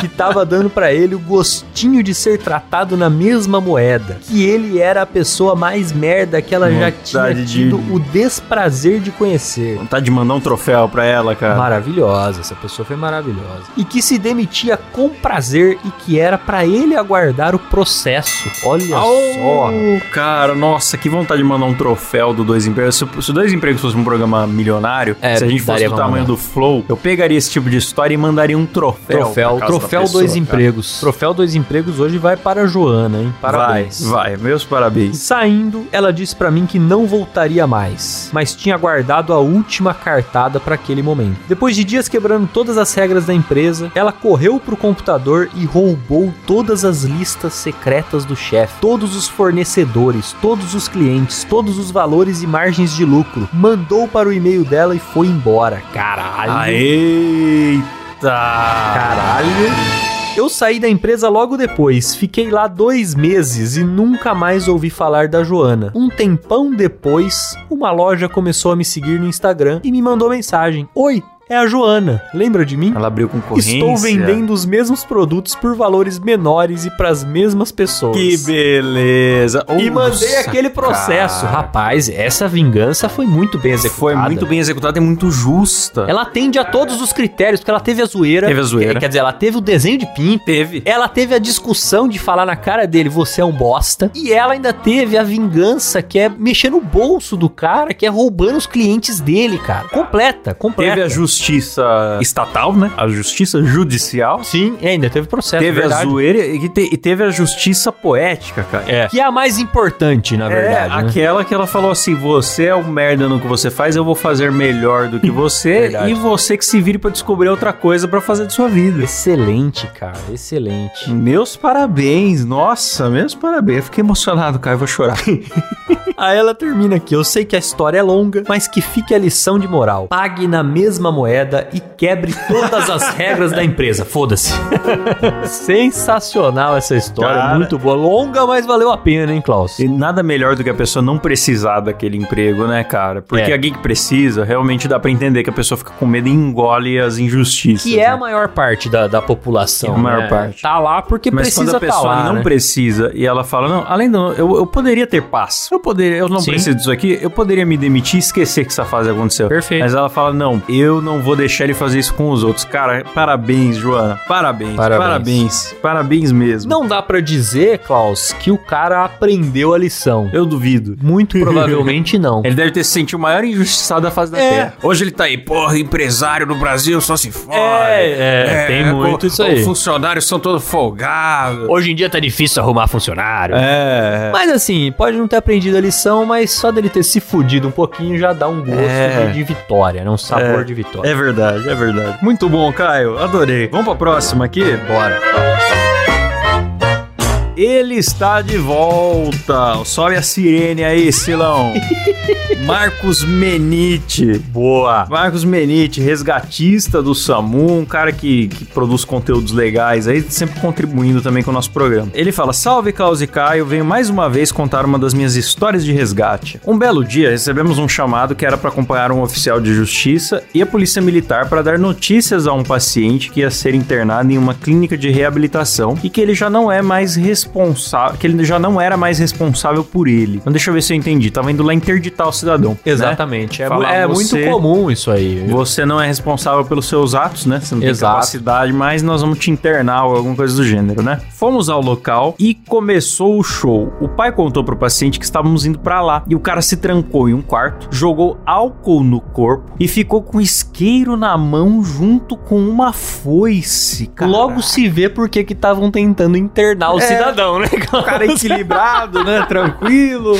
[SPEAKER 2] que tava dando pra ele o gostinho de ser tratado na mesma moeda, que ele era a pessoa mais merda que ela já tinha
[SPEAKER 1] Vontade de-
[SPEAKER 2] tido o desprazer de conhecer.
[SPEAKER 1] Vontade de mandar um troféu pra ela,
[SPEAKER 2] É.
[SPEAKER 1] cara.
[SPEAKER 2] Maravilhosa, essa pessoa foi maravilhosa. E que se demitia com prazer e que era pra ele aguardar o processo. Olha só.
[SPEAKER 1] Oh, cara, nossa, que vontade de mandar um troféu do Dois Empregos. Se, se o Dois Empregos fosse um programa milionário,
[SPEAKER 2] É,
[SPEAKER 1] se a gente fosse
[SPEAKER 2] daria
[SPEAKER 1] do
[SPEAKER 2] pra
[SPEAKER 1] tamanho
[SPEAKER 2] mandar.
[SPEAKER 1] do Flow, eu pegaria esse tipo de história e mandaria um troféu.
[SPEAKER 2] Troféu,
[SPEAKER 1] pra casa da
[SPEAKER 2] troféu
[SPEAKER 1] pessoa,
[SPEAKER 2] dois
[SPEAKER 1] cara.
[SPEAKER 2] empregos. Troféu dois empregos hoje vai para a Joana, hein? Parabéns.
[SPEAKER 1] Vai, vai, meus parabéns.
[SPEAKER 2] Saindo, ela disse pra mim que não voltaria mais, mas tinha guardado a última cartada pra aquele momento. Depois de dias quebrando todas as regras da empresa, ela correu pro computador e roubou todas as listas secretas do chefe, todos os fornecedores, todos os clientes, todos os valores e margens de lucro. Mandou para o e-mail dela e foi embora. Caralho.
[SPEAKER 1] Eita!
[SPEAKER 2] Caralho. Eu saí da empresa logo depois, fiquei lá dois meses e nunca mais ouvi falar da Joana. Um tempão depois, uma loja começou a me seguir no Instagram e me mandou mensagem: Oi, é a Joana, lembra de mim?
[SPEAKER 1] Ela abriu concorrência.
[SPEAKER 2] Estou vendendo os mesmos produtos por valores menores e para as mesmas pessoas.
[SPEAKER 1] Que beleza!
[SPEAKER 2] e mandei
[SPEAKER 1] Nossa,
[SPEAKER 2] aquele processo.
[SPEAKER 1] cara.
[SPEAKER 2] Rapaz, essa vingança foi muito bem executada.
[SPEAKER 1] Foi muito bem executada e muito justa.
[SPEAKER 2] Ela atende a todos os critérios, porque ela teve a zoeira.
[SPEAKER 1] Teve a zoeira.
[SPEAKER 2] Quer dizer, ela teve o desenho de pinto.
[SPEAKER 1] teve.
[SPEAKER 2] Ela teve a discussão de falar na cara dele, você é um bosta. E ela ainda teve a vingança, que é mexer no bolso do cara, que é roubando os clientes dele, cara. Completa, completa.
[SPEAKER 1] Teve a justiça estatal, né? A justiça judicial.
[SPEAKER 2] Sim, é, ainda teve processo,
[SPEAKER 1] teve
[SPEAKER 2] verdade.
[SPEAKER 1] a zoeira e, te- e teve a justiça poética, cara. É,
[SPEAKER 2] É. Que é a mais importante, na verdade. né?
[SPEAKER 1] aquela que ela falou assim: você é um merda no que você faz, eu vou fazer melhor do que você,
[SPEAKER 2] Verdade.
[SPEAKER 1] e você que se vire pra descobrir outra coisa pra fazer de sua vida.
[SPEAKER 2] Excelente, cara, excelente.
[SPEAKER 1] Meus parabéns, nossa, meus parabéns. Eu fiquei emocionado, cara, eu vou chorar.
[SPEAKER 2] Aí ela termina aqui. Eu sei que a história é longa, mas que fique a lição de moral. Pague na mesma moeda e quebre todas as regras da empresa. Foda-se. Sensacional essa história,
[SPEAKER 1] Cara.
[SPEAKER 2] muito boa. Longa, mas valeu a pena, hein, Klaus?
[SPEAKER 1] E nada melhor do que a pessoa não precisar daquele emprego, né, cara? Porque
[SPEAKER 2] É.
[SPEAKER 1] alguém que precisa, realmente dá pra entender que a pessoa fica com medo e engole as injustiças.
[SPEAKER 2] Que é
[SPEAKER 1] né?
[SPEAKER 2] a maior parte da, da população.
[SPEAKER 1] É a maior
[SPEAKER 2] né?
[SPEAKER 1] parte.
[SPEAKER 2] Tá lá porque
[SPEAKER 1] Mas
[SPEAKER 2] precisa
[SPEAKER 1] quando a pessoa
[SPEAKER 2] tá lá,
[SPEAKER 1] não
[SPEAKER 2] né?
[SPEAKER 1] precisa e ela fala, não, além do, eu, eu poderia ter paz, eu poderia, eu não
[SPEAKER 2] Sim.
[SPEAKER 1] preciso disso aqui, eu poderia me demitir e esquecer que essa fase aconteceu.
[SPEAKER 2] Perfeito.
[SPEAKER 1] Mas ela fala, não, eu não não vou deixar ele fazer isso com os outros. Cara, parabéns, Joana. Parabéns.
[SPEAKER 2] Parabéns.
[SPEAKER 1] Parabéns. Parabéns, mesmo.
[SPEAKER 2] Não dá pra dizer, Klaus, que o cara aprendeu a lição.
[SPEAKER 1] Eu duvido.
[SPEAKER 2] Muito provavelmente não.
[SPEAKER 1] Ele deve ter se sentido o maior injustiçado da face da
[SPEAKER 2] É.
[SPEAKER 1] Terra. Hoje ele tá aí, porra, empresário no Brasil só se fode.
[SPEAKER 2] É, é, tem muito
[SPEAKER 1] o-
[SPEAKER 2] isso aí.
[SPEAKER 1] Os funcionários são todos folgados.
[SPEAKER 2] Hoje em dia tá difícil arrumar funcionário.
[SPEAKER 1] É.
[SPEAKER 2] Mas assim, pode não ter aprendido a lição, mas só dele ter se fudido um pouquinho já dá um gosto
[SPEAKER 1] É.
[SPEAKER 2] de, de vitória, né? Um sabor
[SPEAKER 1] É.
[SPEAKER 2] de vitória.
[SPEAKER 1] É verdade, é verdade. Muito bom, Caio. Adorei. Vamos pra próxima aqui?
[SPEAKER 2] Bora.
[SPEAKER 1] Ele está de volta. Sobe a sirene aí, Silão. Marcos Menite.
[SPEAKER 2] É Boa. né?
[SPEAKER 1] Marcos Menite, resgatista do SAMU, um cara que, que produz conteúdos legais aí, sempre contribuindo também com o nosso programa. Ele fala: Salve, Klaus e Caio, venho mais uma vez contar uma das minhas histórias de resgate. Um belo dia, recebemos um chamado que era para acompanhar um oficial de justiça e a polícia militar para dar notícias a um paciente que ia ser internado em uma clínica de reabilitação e que ele já não é mais responsável, que ele já não era mais responsável por ele. Então deixa eu ver se eu entendi. Tava indo lá interditar o cidadão. né?
[SPEAKER 2] Exatamente. É, mu-
[SPEAKER 1] Falar
[SPEAKER 2] é
[SPEAKER 1] você-
[SPEAKER 2] muito comum isso aí.
[SPEAKER 1] Você não é responsável pelos seus atos, né? Você não tem
[SPEAKER 2] Exato.
[SPEAKER 1] capacidade, mas nós vamos te internar ou alguma coisa do gênero, né? Fomos ao local e começou o show. O pai contou pro paciente que estávamos indo pra lá e o cara se trancou em um quarto, jogou álcool no corpo e ficou com isqueiro na mão junto com uma foice, cara. É.
[SPEAKER 2] Logo se vê porque que estavam tentando internar o cidadão, né?
[SPEAKER 1] o cara equilibrado, né? Tranquilo,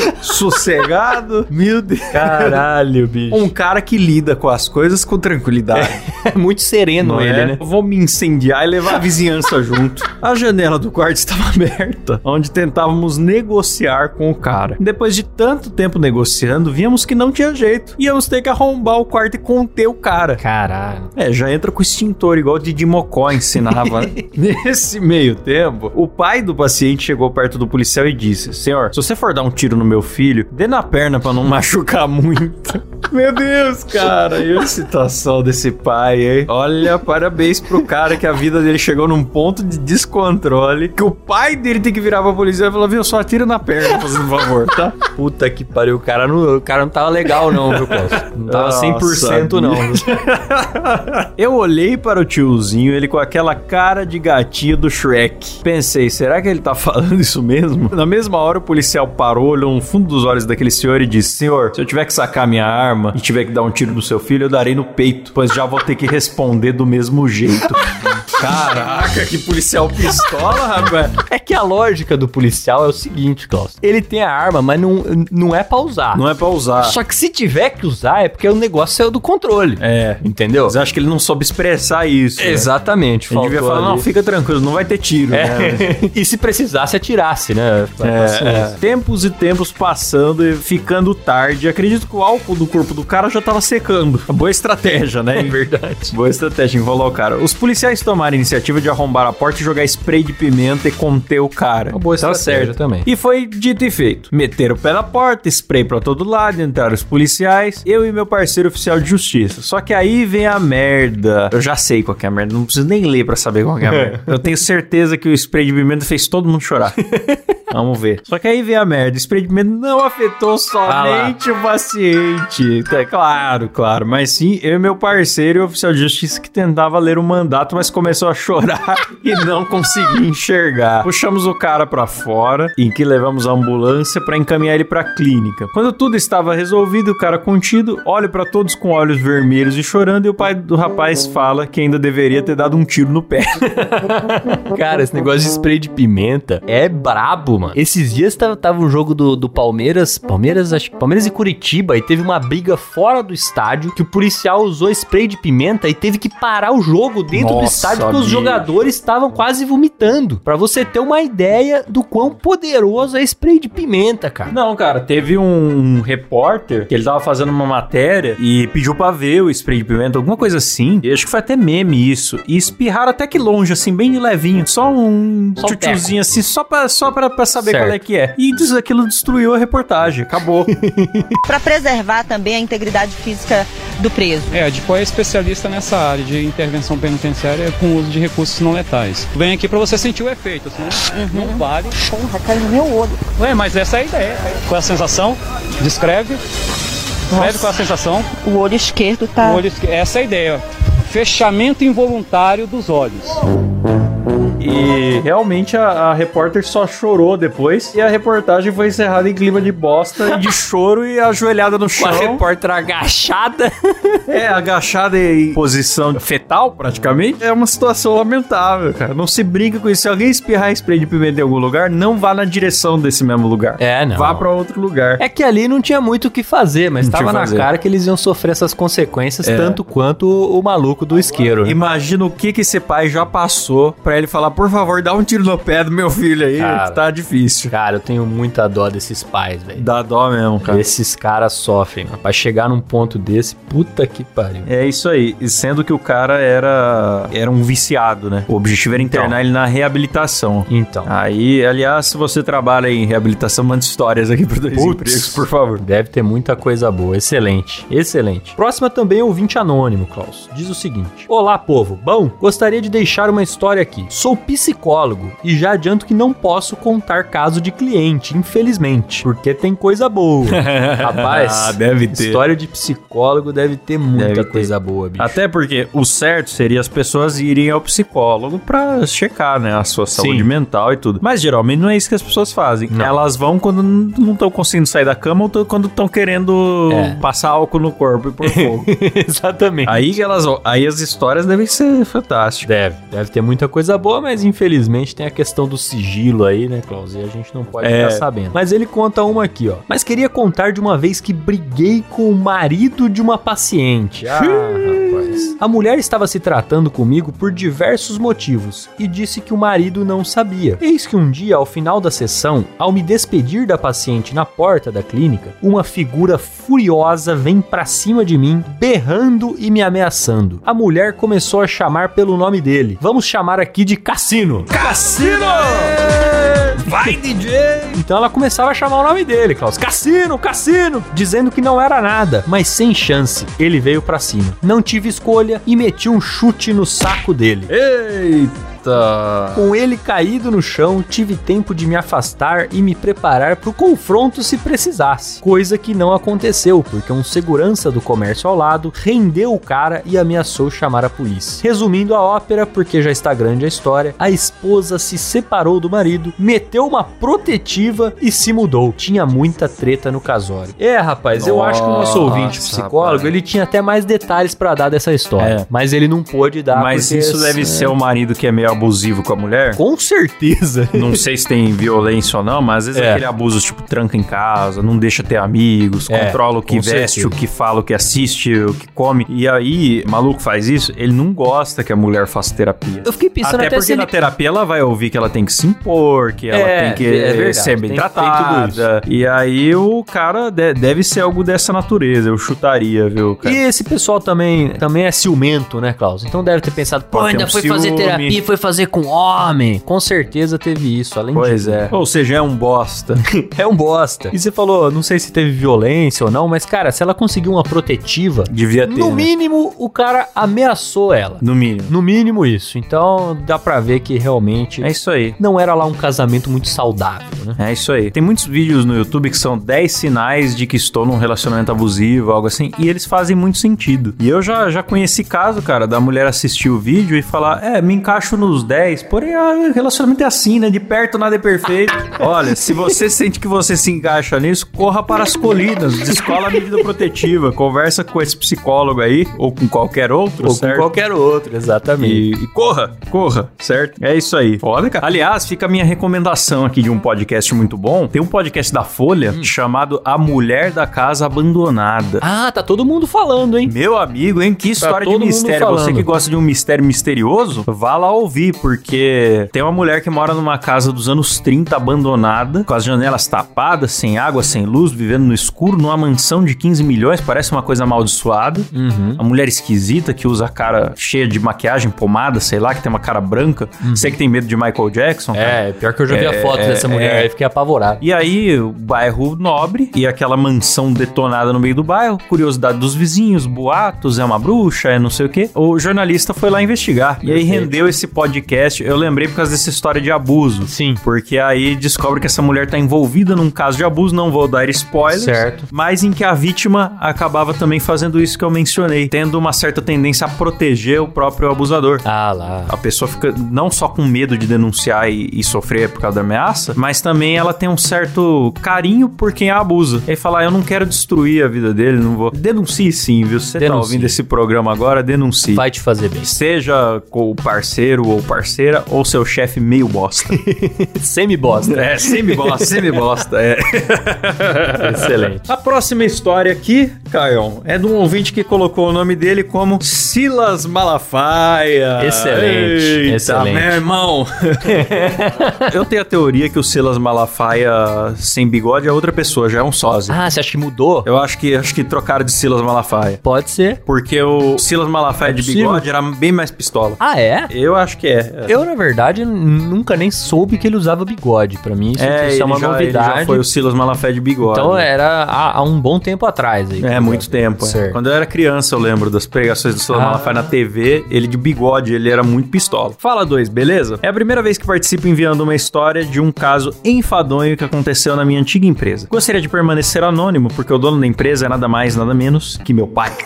[SPEAKER 1] sossegado. Meu Deus.
[SPEAKER 2] Caralho, bicho.
[SPEAKER 1] Um cara que lida com as coisas com tranquilidade.
[SPEAKER 2] É muito sereno
[SPEAKER 1] Não
[SPEAKER 2] ele,
[SPEAKER 1] é?
[SPEAKER 2] né?
[SPEAKER 1] Eu Vou me incendiar e levar a vizinhança junto. A janela do quarto estava aberta, onde tentávamos negociar com o cara. Depois de tanto tempo negociando, víamos que não tinha jeito. Íamos ter que arrombar o quarto e conter o cara.
[SPEAKER 2] Caralho.
[SPEAKER 1] É, já entra com extintor, igual o Didi Mocó ensinava. né? Nesse meio tempo, o pai do paciente chegou perto do policial e disse: Senhor, se você for dar um tiro no meu filho, dê na perna pra não machucar muito. Meu Deus, cara, e a situação desse pai, hein? Olha, parabéns pro cara que a vida dele chegou num ponto de descontrole que o pai dele tem que virar pra polícia e falar: viu, só atira na perna, fazendo favor, tá?
[SPEAKER 2] Puta que pariu, o cara não, o cara não tava legal não, viu, Klaus? Não tava
[SPEAKER 1] Nossa,
[SPEAKER 2] 100% não. viu?
[SPEAKER 1] Eu olhei para o tiozinho, ele com aquela cara de gatinho do Shrek. Pensei, será que ele tá falando isso mesmo? Na mesma hora, o policial parou, olhou no fundo dos olhos daquele senhor e disse: Senhor, se eu tiver que sacar minha arma e tiver que dar um tiro no seu filho, eu darei no peito, pois já vou ter que responder do mesmo jeito. Caraca, que policial pistola, rapaz.
[SPEAKER 2] É que a lógica do policial é o seguinte, Klaus. Ele tem a arma, mas não, não é pra usar.
[SPEAKER 1] Não é pra usar.
[SPEAKER 2] Só que se tiver que usar, é porque o negócio saiu do controle.
[SPEAKER 1] É.
[SPEAKER 2] Entendeu?
[SPEAKER 1] Mas eu acho que ele não soube expressar isso. né?
[SPEAKER 2] Exatamente.
[SPEAKER 1] Ele devia
[SPEAKER 2] faltou
[SPEAKER 1] falar: não,
[SPEAKER 2] ali.
[SPEAKER 1] fica tranquilo, não vai ter tiro. né?
[SPEAKER 2] É. e se precisasse, atirasse, né?
[SPEAKER 1] É, é. Tempos e tempos passando e ficando tarde. Acredito que o álcool do corpo do cara já tava secando. Boa estratégia, né?
[SPEAKER 2] é verdade.
[SPEAKER 1] Boa estratégia, enrolar o cara. Os policiais tomaram a iniciativa de arrombar a porta e jogar spray de pimenta e conter o cara. Tá
[SPEAKER 2] Uma boa estratégia também.
[SPEAKER 1] E foi dito e feito. Meteram o pé na porta, spray pra todo lado, entraram os policiais, eu e meu parceiro oficial de justiça. Só que aí vem a merda. Eu já sei qual que é a merda, não preciso nem ler pra saber qual que é a merda. Eu tenho certeza que o spray de pimenta fez todo mundo chorar. Vamos ver. Só que aí vem a merda. O spray de pimenta não afetou somente o paciente. É claro, claro. Mas sim, eu e meu parceiro e o oficial de justiça que tentava ler o mandato, mas começou a chorar e não conseguia enxergar. Puxamos o cara pra fora, em que levamos a ambulância pra encaminhar ele pra clínica. Quando tudo estava resolvido, o cara contido, olha pra todos com olhos vermelhos e chorando, e o pai do rapaz fala que ainda deveria ter dado um tiro no pé.
[SPEAKER 2] Cara, esse negócio de spray de pimenta é brabo, mano. Esses dias tava, tava um jogo do, do Palmeiras, Palmeiras, acho que Palmeiras e Curitiba, e teve uma briga fora do estádio que o policial usou spray de pimenta e teve que parar o jogo dentro do
[SPEAKER 1] Nossa,
[SPEAKER 2] estádio porque os
[SPEAKER 1] bicho.
[SPEAKER 2] jogadores estavam quase vomitando. Pra você ter uma ideia do quão poderoso é spray de pimenta, cara.
[SPEAKER 1] Não, cara, teve um repórter que ele tava fazendo uma matéria e pediu pra ver o spray de pimenta, alguma coisa assim. E acho que foi até meme isso. E espirraram até que longe, assim, bem de levinho. Só um
[SPEAKER 2] Só um
[SPEAKER 1] tchutchuzinho assim, só pra, só pra, pra saber
[SPEAKER 2] Certo.
[SPEAKER 1] qual é que é. E diz, aquilo destruiu a reportagem, acabou.
[SPEAKER 4] para preservar também a integridade física do preso.
[SPEAKER 5] É, a DIPOI é especialista nessa área de intervenção penitenciária com uso de recursos não letais. Vem aqui pra você sentir o efeito, senão não vale.
[SPEAKER 4] Porra, caiu Uhum. no meu olho.
[SPEAKER 5] Ué, mas essa é a ideia. Qual é a sensação? Descreve. Leve com a sensação.
[SPEAKER 4] O olho esquerdo tá.
[SPEAKER 5] O olho esque- Essa é a ideia. Fechamento involuntário dos olhos.
[SPEAKER 1] E realmente a, a repórter só chorou depois. E a reportagem foi encerrada em clima de bosta, de choro e ajoelhada no
[SPEAKER 2] Com a
[SPEAKER 1] chão.
[SPEAKER 2] repórter agachada.
[SPEAKER 1] É, agachada em posição fetal, praticamente. É uma situação lamentável, cara. Não se brinca com isso. Se alguém espirrar spray de pimenta em algum lugar, não vá na direção desse mesmo lugar.
[SPEAKER 2] É, não.
[SPEAKER 1] Vá pra outro lugar.
[SPEAKER 2] É que ali não tinha muito o que fazer, mas
[SPEAKER 1] Não tinha
[SPEAKER 2] tava
[SPEAKER 1] o que
[SPEAKER 2] na
[SPEAKER 1] fazer.
[SPEAKER 2] cara que eles iam sofrer essas consequências
[SPEAKER 1] É.
[SPEAKER 2] tanto quanto o maluco do isqueiro. né?
[SPEAKER 1] Imagina o que que esse pai já passou pra ele falar, por favor, dá um tiro no pé do meu filho aí,
[SPEAKER 2] Cara.
[SPEAKER 1] que tá difícil.
[SPEAKER 2] Cara, eu tenho muita dó desses pais, velho.
[SPEAKER 1] Dá dó mesmo, cara.
[SPEAKER 2] Esses caras sofrem, mano. Pra chegar num ponto desse, puta que pariu.
[SPEAKER 1] É isso aí. E sendo que o cara era era um viciado, né? O objetivo era internar
[SPEAKER 2] Então.
[SPEAKER 1] ele na reabilitação.
[SPEAKER 2] Então,
[SPEAKER 1] Aí, aliás, se você trabalha em reabilitação, manda histórias aqui pro dois
[SPEAKER 2] Putz.
[SPEAKER 1] empregos, por favor.
[SPEAKER 2] deve ter muita coisa boa. Excelente, excelente. Próxima também é ouvinte anônimo, Klaus. Diz o seguinte: Olá, povo. Bom, gostaria de deixar uma história aqui. Sou psicólogo e já adianto que não posso contar caso de cliente, infelizmente, porque tem coisa boa. Rapaz,
[SPEAKER 1] Ah, deve ter.
[SPEAKER 2] história de psicólogo deve ter muita
[SPEAKER 1] Deve ter.
[SPEAKER 2] coisa boa, bicho.
[SPEAKER 1] Até porque o certo seria as pessoas irem ao psicólogo pra checar, né, a sua saúde
[SPEAKER 2] Sim.
[SPEAKER 1] mental e tudo. Mas geralmente não é isso que as pessoas fazem.
[SPEAKER 2] Não.
[SPEAKER 1] Elas vão quando n- não estão conseguindo sair da cama ou tão- quando estão querendo
[SPEAKER 2] É.
[SPEAKER 1] passar álcool no corpo e pôr fogo.
[SPEAKER 2] Exatamente.
[SPEAKER 1] aí que elas, vão- aí as histórias devem ser fantásticas.
[SPEAKER 2] Deve, deve ter muita coisa boa, mas infelizmente tem a questão do sigilo aí, né, Klaus? E a gente não pode
[SPEAKER 1] É.
[SPEAKER 2] ficar sabendo. Mas ele conta uma aqui, ó. Mas queria contar de uma vez que briguei com o marido de uma paciente. Ah, rapaz. A mulher estava se tratando comigo por diversos motivos e disse que o marido não sabia. Eis que um dia, ao final da sessão, ao me despedir da paciente na porta da clínica, uma figura furiosa vem pra cima de mim, berrando e me ameaçando. A mulher começou a chamar pelo nome dele. Vamos chamar aqui de Cassino.
[SPEAKER 1] Vai, DJ!
[SPEAKER 2] Então ela começava a chamar o nome dele, Klaus. Cassino, Cassino! Dizendo que não era nada, mas sem chance. Ele veio pra cima. Não tive escolha e meti um chute no saco dele.
[SPEAKER 1] Eita!
[SPEAKER 2] Com ele caído no chão, tive tempo de me afastar e me preparar pro confronto se precisasse. Coisa que não aconteceu, porque um segurança do comércio ao lado rendeu o cara e ameaçou chamar a polícia. Resumindo a ópera, porque já está grande a história, a esposa se separou do marido, meteu uma protetiva e se mudou. Tinha muita treta no casório. É, rapaz, eu acho que o nosso ouvinte
[SPEAKER 1] Nossa,
[SPEAKER 2] psicólogo,
[SPEAKER 1] rapaz.
[SPEAKER 2] ele tinha até mais detalhes pra dar dessa história,
[SPEAKER 1] É.
[SPEAKER 2] mas ele não pôde dar.
[SPEAKER 1] Mas
[SPEAKER 2] porque-
[SPEAKER 1] isso deve ser o marido que é meio abusivo com a mulher?
[SPEAKER 2] com certeza.
[SPEAKER 1] Não sei se tem violência ou não, mas às vezes
[SPEAKER 2] É.
[SPEAKER 1] aquele abuso, tipo, tranca em casa, não deixa ter amigos,
[SPEAKER 2] É,
[SPEAKER 1] controla o que
[SPEAKER 2] com
[SPEAKER 1] veste,
[SPEAKER 2] certeza.
[SPEAKER 1] o que fala, o que assiste, o que come. E aí, maluco faz isso, ele não gosta que a mulher faça terapia.
[SPEAKER 2] Eu fiquei pensando
[SPEAKER 1] Até,
[SPEAKER 2] até,
[SPEAKER 1] porque
[SPEAKER 2] se ele...
[SPEAKER 1] na terapia ela vai ouvir que ela tem que se impor, que ela
[SPEAKER 2] É,
[SPEAKER 1] tem que
[SPEAKER 2] é verdade,
[SPEAKER 1] ser bem
[SPEAKER 2] tem- tem tudo isso.
[SPEAKER 1] tratada. E aí o cara de- deve ser algo dessa natureza, eu chutaria, viu, cara?
[SPEAKER 2] E esse pessoal também, também é ciumento, né, Klaus? Então deve ter pensado, pô,
[SPEAKER 1] Pode ter
[SPEAKER 2] ainda
[SPEAKER 1] um
[SPEAKER 2] foi fazer
[SPEAKER 1] ciúme.
[SPEAKER 2] terapia, foi fazer com homem. Com certeza teve isso, além
[SPEAKER 1] Pois
[SPEAKER 2] de...
[SPEAKER 1] é. Ou seja, é um bosta.
[SPEAKER 2] É um bosta. E você falou, não sei se teve violência ou não, mas, cara, se ela conseguiu uma protetiva,
[SPEAKER 1] Devia ter.
[SPEAKER 2] no
[SPEAKER 1] né?
[SPEAKER 2] mínimo o cara ameaçou ela.
[SPEAKER 1] No mínimo.
[SPEAKER 2] No mínimo isso. Então dá pra ver que realmente
[SPEAKER 1] É isso aí.
[SPEAKER 2] não era lá um casamento muito saudável, né?
[SPEAKER 1] É isso aí. Tem muitos vídeos no YouTube que são 10 sinais de que estou num relacionamento abusivo, algo assim, e eles fazem muito sentido. E eu já, já conheci caso, cara, da mulher assistir o vídeo e falar: É, me encaixo nos 10, porém, ah, o relacionamento é assim, né? De perto nada é perfeito. Olha, se você sente que você se encaixa nisso, corra para as colinas, descola a medida protetiva, conversa com esse psicólogo aí, ou com qualquer outro,
[SPEAKER 2] Ou
[SPEAKER 1] certo?
[SPEAKER 2] com qualquer outro, exatamente.
[SPEAKER 1] E, e corra, corra, certo? É isso aí. Foda, cara. Aliás, fica a minha recomendação aqui de um podcast muito bom. Tem um podcast da Folha chamado A Mulher da Casa Abandonada.
[SPEAKER 2] Ah, tá todo mundo falando, hein? Tá
[SPEAKER 1] Meu amigo, hein? Que história de
[SPEAKER 2] todo mundo
[SPEAKER 1] mistério.
[SPEAKER 2] falando.
[SPEAKER 1] Você que gosta de um mistério misterioso, vá lá ouvir, porque tem uma mulher que mora numa casa dos anos 30 abandonada, com as janelas tapadas, sem água, sem luz, vivendo no escuro, numa mansão de 15 milhões, parece uma coisa amaldiçoada.
[SPEAKER 2] Uhum.
[SPEAKER 1] Uma mulher esquisita que usa a cara cheia de maquiagem, pomada, sei lá, que tem uma cara branca. Você que tem medo de Michael Jackson, cara.
[SPEAKER 2] Uhum. É, pior que eu já vi a foto dessa mulher aí, fiquei apavorado.
[SPEAKER 1] E aí, o bairro nobre e aquela mansão detonada no meio do bairro, curiosidade dos vizinhos, boatos, é uma bruxa, é não sei o quê. O jornalista foi lá investigar. E aí rendeu esse podcast, eu lembrei por causa dessa história de abuso.
[SPEAKER 2] Sim.
[SPEAKER 1] Porque aí descobre que essa mulher tá envolvida num caso de abuso, não vou dar spoilers.
[SPEAKER 2] Certo.
[SPEAKER 1] Mas em que a vítima acabava também fazendo isso que eu mencionei, tendo uma certa tendência a proteger o próprio abusador.
[SPEAKER 2] Ah lá.
[SPEAKER 1] A pessoa fica não só com medo de denunciar e, e sofrer por causa da ameaça, mas também ela tem um certo carinho por quem a abusa. Aí fala, "Ah, eu não quero destruir a vida dele, não vou. Denuncie sim, viu? Se você tá
[SPEAKER 2] Denuncie.
[SPEAKER 1] ouvindo esse programa agora, denuncie.
[SPEAKER 2] Vai te fazer bem.
[SPEAKER 1] Seja com o parceiro ou parceira, ou seu chefe meio bosta.
[SPEAKER 2] Semi-bosta.
[SPEAKER 1] é, semi-bosta, semi-bosta, é.
[SPEAKER 2] Excelente.
[SPEAKER 1] A próxima história aqui, Caio, é de um ouvinte que colocou o nome dele como Silas Malafaia.
[SPEAKER 2] Excelente,
[SPEAKER 1] Eita,
[SPEAKER 2] excelente.
[SPEAKER 1] meu irmão. Eu tenho a teoria que o Silas Malafaia sem bigode é outra pessoa, já é um sósia.
[SPEAKER 2] Ah, você acha que mudou?
[SPEAKER 1] Eu acho que acho que trocaram de Silas Malafaia.
[SPEAKER 2] Pode ser.
[SPEAKER 1] Porque o Silas Malafaia de
[SPEAKER 2] possível?
[SPEAKER 1] bigode era bem mais pistola.
[SPEAKER 2] Ah, é?
[SPEAKER 1] Eu acho que é.
[SPEAKER 2] Eu, na verdade, n- nunca nem soube que ele usava bigode. Pra mim, isso, isso
[SPEAKER 1] ele
[SPEAKER 2] é uma
[SPEAKER 1] já- ele
[SPEAKER 2] novidade.
[SPEAKER 1] já foi o Silas Malafaia de bigode. né?
[SPEAKER 2] Então era há, há um bom tempo atrás. Aí,
[SPEAKER 1] É, muito tempo. é.
[SPEAKER 2] Certo.
[SPEAKER 1] Quando eu era criança, eu lembro das pregações do Silas
[SPEAKER 2] Ah.
[SPEAKER 1] Malafaia na TV. Ele de bigode, ele era muito pistola. Fala dois, beleza? É a primeira vez que participo enviando uma história de um caso enfadonho que aconteceu na minha antiga empresa. Gostaria de permanecer anônimo, porque o dono da empresa é nada mais, nada menos que meu pai.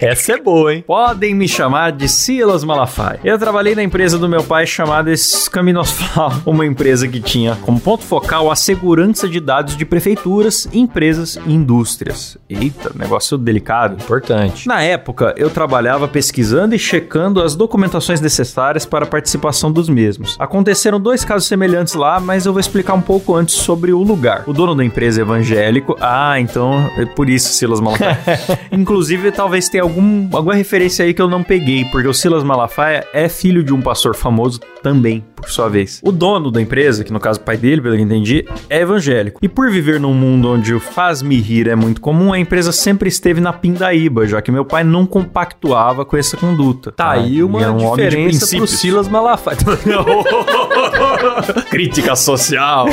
[SPEAKER 2] Essa é boa, hein?
[SPEAKER 1] Podem me chamar de Silas Malafaia. Eu trabalhei na empresa do meu pai chamada Escaminosfal, uma empresa que tinha como ponto focal a segurança de dados de prefeituras, empresas e indústrias. Eita, negócio delicado.
[SPEAKER 2] Importante.
[SPEAKER 1] Na época, eu trabalhava pesquisando e checando as documentações necessárias para a participação dos mesmos. Aconteceram dois casos semelhantes lá, mas eu vou explicar um pouco antes sobre o lugar. O dono da empresa é evangélico. Ah, então é por isso Silas Malafaia. Inclusive, talvez tenha algum, alguma referência aí que eu não peguei, porque o Silas Malafaia é filho de um pastor famoso também, por sua vez. O dono da empresa, que no caso o pai dele, pelo que eu entendi, é evangélico. E por viver num mundo onde o faz-me rir é muito comum, a empresa sempre esteve na pindaíba, já que meu pai não compactuava com essa conduta. Tá
[SPEAKER 2] aí uma diferença pro Silas
[SPEAKER 1] Malafaia. Crítica social.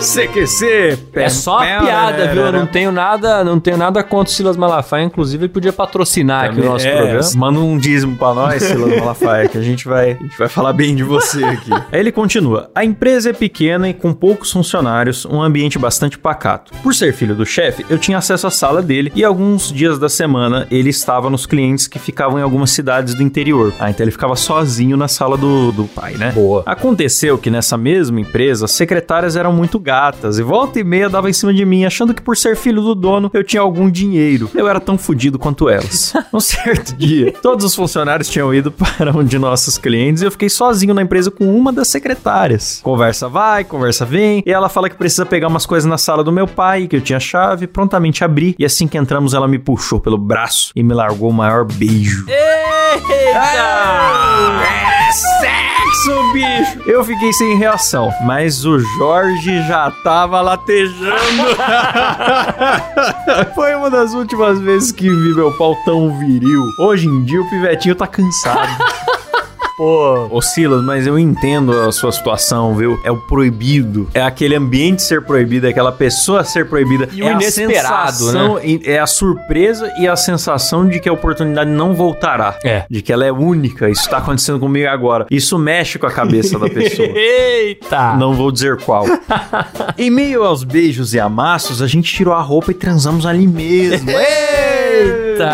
[SPEAKER 1] CQC.
[SPEAKER 2] É só uma
[SPEAKER 1] né,
[SPEAKER 2] piada, viu? Eu não tenho nada, não tenho nada contra o Silas Malafaia. Inclusive, ele podia patrocinar aqui o nosso
[SPEAKER 1] É,
[SPEAKER 2] programa.
[SPEAKER 1] Manda um dízimo pra nós, Silas Malafaia, que a gente vai, a gente vai falar bem de você aqui. Aí ele continua. A empresa é pequena e com poucos funcionários, um ambiente bastante pacato. Por ser filho do chefe, eu tinha acesso à sala dele e alguns dias da semana ele estava nos clientes que ficavam em algumas cidades do interior. Ah, então ele ficava sozinho na sala do, do pai, né?
[SPEAKER 2] Boa.
[SPEAKER 1] Aconteceu que nessa mesma empresa, as secretárias eram muito gatas e volta e meia dava em cima de mim, achando que por ser filho do dono eu tinha algum dinheiro. Eu era tão fodido quanto elas. Um certo dia, todos os funcionários tinham ido para um de nossos clientes e eu fiquei sozinho na empresa com uma das secretárias. Conversa vai, conversa vem, e ela fala que precisa pegar umas coisas na sala do meu pai, que eu tinha chave, prontamente abri, e assim que entramos ela me puxou pelo braço e me largou o maior beijo. É sexo, bicho! Eu fiquei sem reação, mas o Jorge já tava latejando. Foi uma das últimas vezes que vi meu pau tão viril. Hoje em dia o pivetinho tá cansado. Pô. Ô Silas, mas eu entendo a sua situação, viu? É o proibido. É aquele ambiente ser proibido, é aquela pessoa ser proibida.
[SPEAKER 2] E o
[SPEAKER 1] é a
[SPEAKER 2] inesperado,
[SPEAKER 1] sensação, e- É a surpresa e a sensação de que a oportunidade não voltará.
[SPEAKER 2] É.
[SPEAKER 1] De que ela é única. Isso tá acontecendo comigo agora. Isso mexe com a cabeça da pessoa.
[SPEAKER 2] Eita!
[SPEAKER 1] Não vou dizer qual. em meio aos beijos e amassos, a gente tirou a roupa e transamos ali mesmo.
[SPEAKER 2] Eita!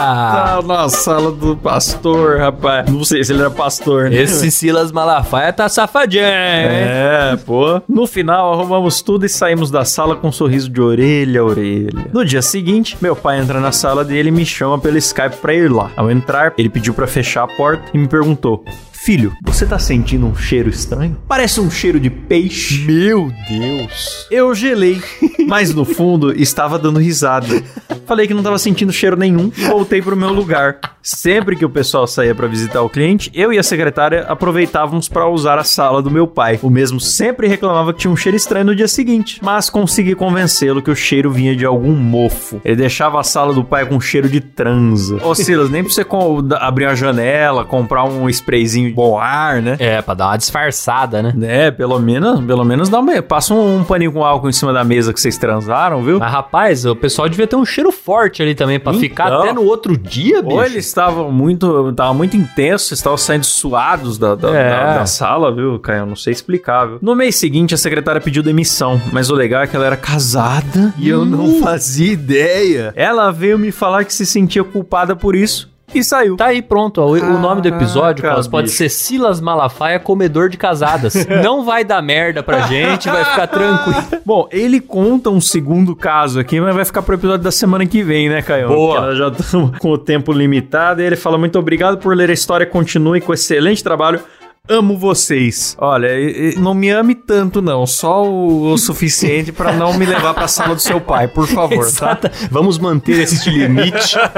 [SPEAKER 1] Na sala do pastor, rapaz. Não sei se ele era pastor, né?
[SPEAKER 2] Esse Silas Malafaia tá safadinho, hein?
[SPEAKER 1] É, pô. No final, arrumamos tudo e saímos da sala com um sorriso de orelha a orelha. No dia seguinte, meu pai entra na sala dele e me chama pelo Skype pra ir lá. Ao entrar, ele pediu pra fechar a porta e me perguntou: Filho, você tá sentindo um cheiro estranho? Parece um cheiro de peixe. Meu Deus. Eu gelei, mas no fundo estava dando risada. Falei que não tava sentindo cheiro nenhum e voltei pro meu lugar. Sempre que o pessoal saía pra visitar o cliente, eu e a secretária aproveitávamos pra usar a sala do meu pai. O mesmo sempre reclamava que tinha um cheiro estranho no dia seguinte, mas consegui convencê-lo que o cheiro vinha de algum mofo. Ele deixava a sala do pai com cheiro de transa. Ô Silas, nem pra você com- da- abrir uma janela, comprar um sprayzinho de bom ar, né?
[SPEAKER 2] É, pra dar uma disfarçada, né?
[SPEAKER 1] É, pelo menos, pelo menos dá uma. Passa um, um paninho com álcool em cima da mesa que vocês transaram, viu?
[SPEAKER 2] Mas, rapaz, o pessoal devia ter um cheiro forte ali também, pra ficar
[SPEAKER 1] Então.
[SPEAKER 2] até no outro dia, bicho.
[SPEAKER 1] Ou eles estavam muito. Tava muito intenso, vocês estavam saindo suados da, da,
[SPEAKER 2] É.
[SPEAKER 1] da- da sala, viu, Caio? Eu Não sei explicar, viu? No mês seguinte, a secretária pediu demissão, mas o legal é que ela era casada e eu não fazia ideia. Ela veio me falar que se sentia culpada por isso e saiu.
[SPEAKER 2] Tá aí, pronto. ó, o, o nome do episódio,
[SPEAKER 1] Caraca,
[SPEAKER 2] Klaus, pode
[SPEAKER 1] bicho.
[SPEAKER 2] ser Silas Malafaia Comedor de Casadas. Não vai dar merda pra gente, vai ficar tranquilo.
[SPEAKER 1] Bom, ele conta um segundo caso aqui, mas vai ficar pro episódio da semana que vem, né, Caio?
[SPEAKER 2] Boa.
[SPEAKER 1] Porque nós já estamos com o tempo limitado. E ele fala: Muito obrigado por ler a história. Continue com excelente trabalho. Amo vocês. Olha, e- e não me ame tanto, não. Só o, o suficiente pra não me levar pra sala do seu pai, por favor, tá?
[SPEAKER 2] Exata. Vamos manter esse limite.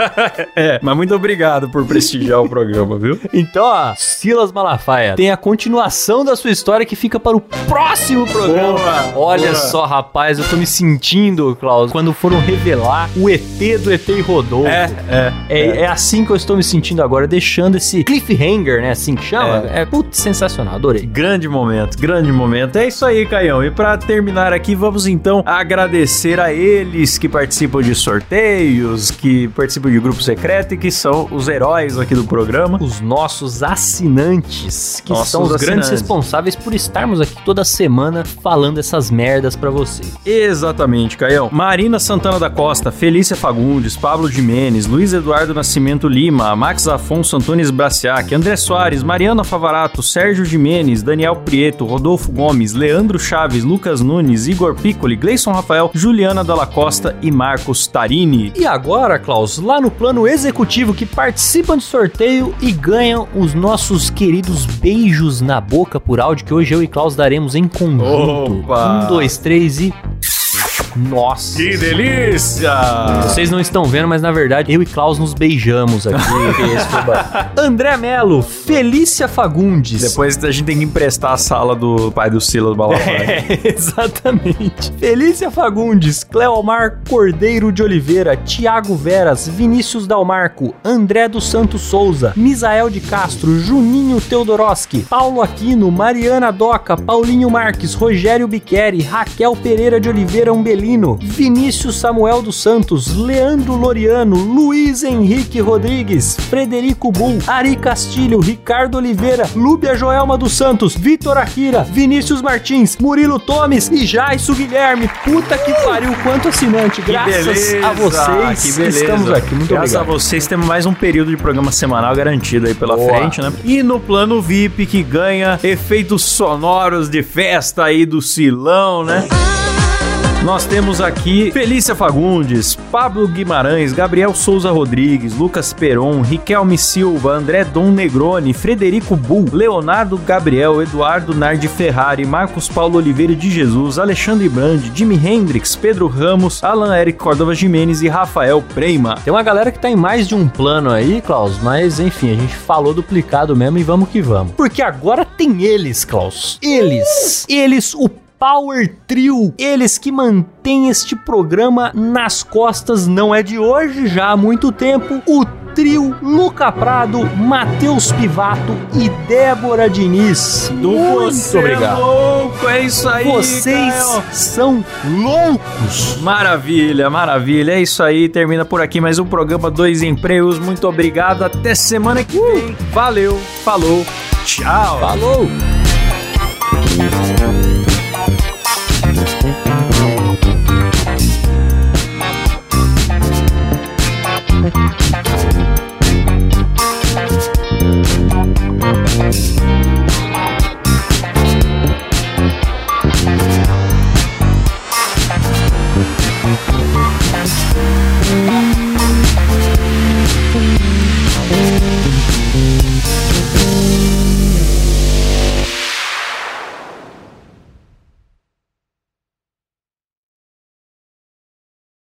[SPEAKER 1] É, mas muito obrigado por prestigiar o programa, viu?
[SPEAKER 2] Então, ó, Silas Malafaia tem a continuação da sua história que fica para o próximo programa.
[SPEAKER 1] Boa,
[SPEAKER 2] Olha
[SPEAKER 1] boa.
[SPEAKER 2] só, rapaz, eu tô me sentindo, Klaus, quando foram revelar o ET do ET e Rodolfo.
[SPEAKER 1] é.
[SPEAKER 2] É, é assim que eu estou me sentindo agora, deixando esse cliffhanger, né? Assim que chama. É, putz, sensacional, adorei.
[SPEAKER 1] Grande momento, grande momento. É isso aí, Caião. E pra terminar aqui, vamos então agradecer a eles que participam de sorteios, que participam de grupo secreto e que são os heróis aqui do programa.
[SPEAKER 2] Os nossos assinantes, que
[SPEAKER 1] Nossos
[SPEAKER 2] são os grandes
[SPEAKER 1] assinantes.
[SPEAKER 2] responsáveis por estarmos aqui toda semana falando essas merdas pra vocês.
[SPEAKER 1] Exatamente, Caião. Marina Santana da Costa, Felícia Fagundes, Pablo Jimenez, Luiz Eduardo Nascimento Lima, Max Afonso Antunes Braciac, André Soares, Mariana Favarato, Sérgio Jimenez, Daniel Prieto, Rodolfo Gomes, Leandro Chaves, Lucas Nunes, Igor Piccoli, Gleison Rafael, Juliana Dalla Costa e Marcos Tarini.
[SPEAKER 2] E agora, Klaus, lá no plano executivo que participam de sorteio e ganham os nossos queridos beijos na boca por áudio que hoje eu e Klaus daremos em conjunto.
[SPEAKER 1] Opa!
[SPEAKER 2] Um, dois, três e. Nossa!
[SPEAKER 1] delícia!
[SPEAKER 2] Vocês não estão vendo, mas na verdade eu e Klaus nos beijamos aqui. Esse foi ba- André Melo, Felícia Fagundes.
[SPEAKER 1] Depois a gente tem que emprestar a sala do pai do Silas Balafone.
[SPEAKER 2] É, exatamente. Felícia Fagundes, Cleomar Cordeiro de Oliveira, Tiago Veras, Vinícius Dalmarco, André dos Santos Souza, Misael de Castro, Juninho Teodoroski, Paulo Aquino, Mariana Doca, Paulinho Marques, Rogério Biqueri, Raquel Pereira de Oliveira Umbelino, Vinícius Samuel dos Santos, Leandro Loriano, Luiz Henrique Rodrigues, Frederico Bull, Ari Castilho, Ricardo Oliveira, Lúbia Joelma dos Santos, Vitor Akira, Vinícius Martins, Murilo Tomes e Jaisso Guilherme. Puta que pariu, quanto assinante. Graças a vocês
[SPEAKER 1] Uh! que beleza.
[SPEAKER 2] estamos aqui. Muito
[SPEAKER 1] Graças
[SPEAKER 2] obrigado.
[SPEAKER 1] a vocês temos mais um período de programa semanal garantido aí pela
[SPEAKER 2] Boa.
[SPEAKER 1] frente, né? E no plano VIP que ganha efeitos sonoros de festa aí do Silão, né? Nós temos aqui Felícia Fagundes, Pablo Guimarães, Gabriel Souza Rodrigues, Lucas Peron, Riquelme Silva, André Dom Negroni, Frederico Bull, Leonardo Gabriel, Eduardo Nardi Ferrari, Marcos Paulo Oliveira de Jesus, Alexandre Brandi, Jimi Hendrix, Pedro Ramos, Alan Eric Córdova Jimenez e Rafael Preima.
[SPEAKER 2] Tem uma galera que tá em mais de um plano aí, Klaus, mas enfim, a gente falou duplicado mesmo e vamos que vamos. Porque agora tem eles, Klaus. Eles. Eles, o Power Trio. Eles que mantêm este programa nas costas, não é de hoje, já há muito tempo. O trio Luca Prado, Matheus Pivato e Débora Diniz. Muito obrigado.
[SPEAKER 1] louco, é isso aí,
[SPEAKER 2] Vocês
[SPEAKER 1] Caio.
[SPEAKER 2] são loucos.
[SPEAKER 1] Maravilha, maravilha. É isso aí. Termina por aqui mais um programa Dois Empregos. Muito obrigado. Até semana que
[SPEAKER 2] Uh!
[SPEAKER 1] vem. Valeu, falou, tchau.
[SPEAKER 2] Falou!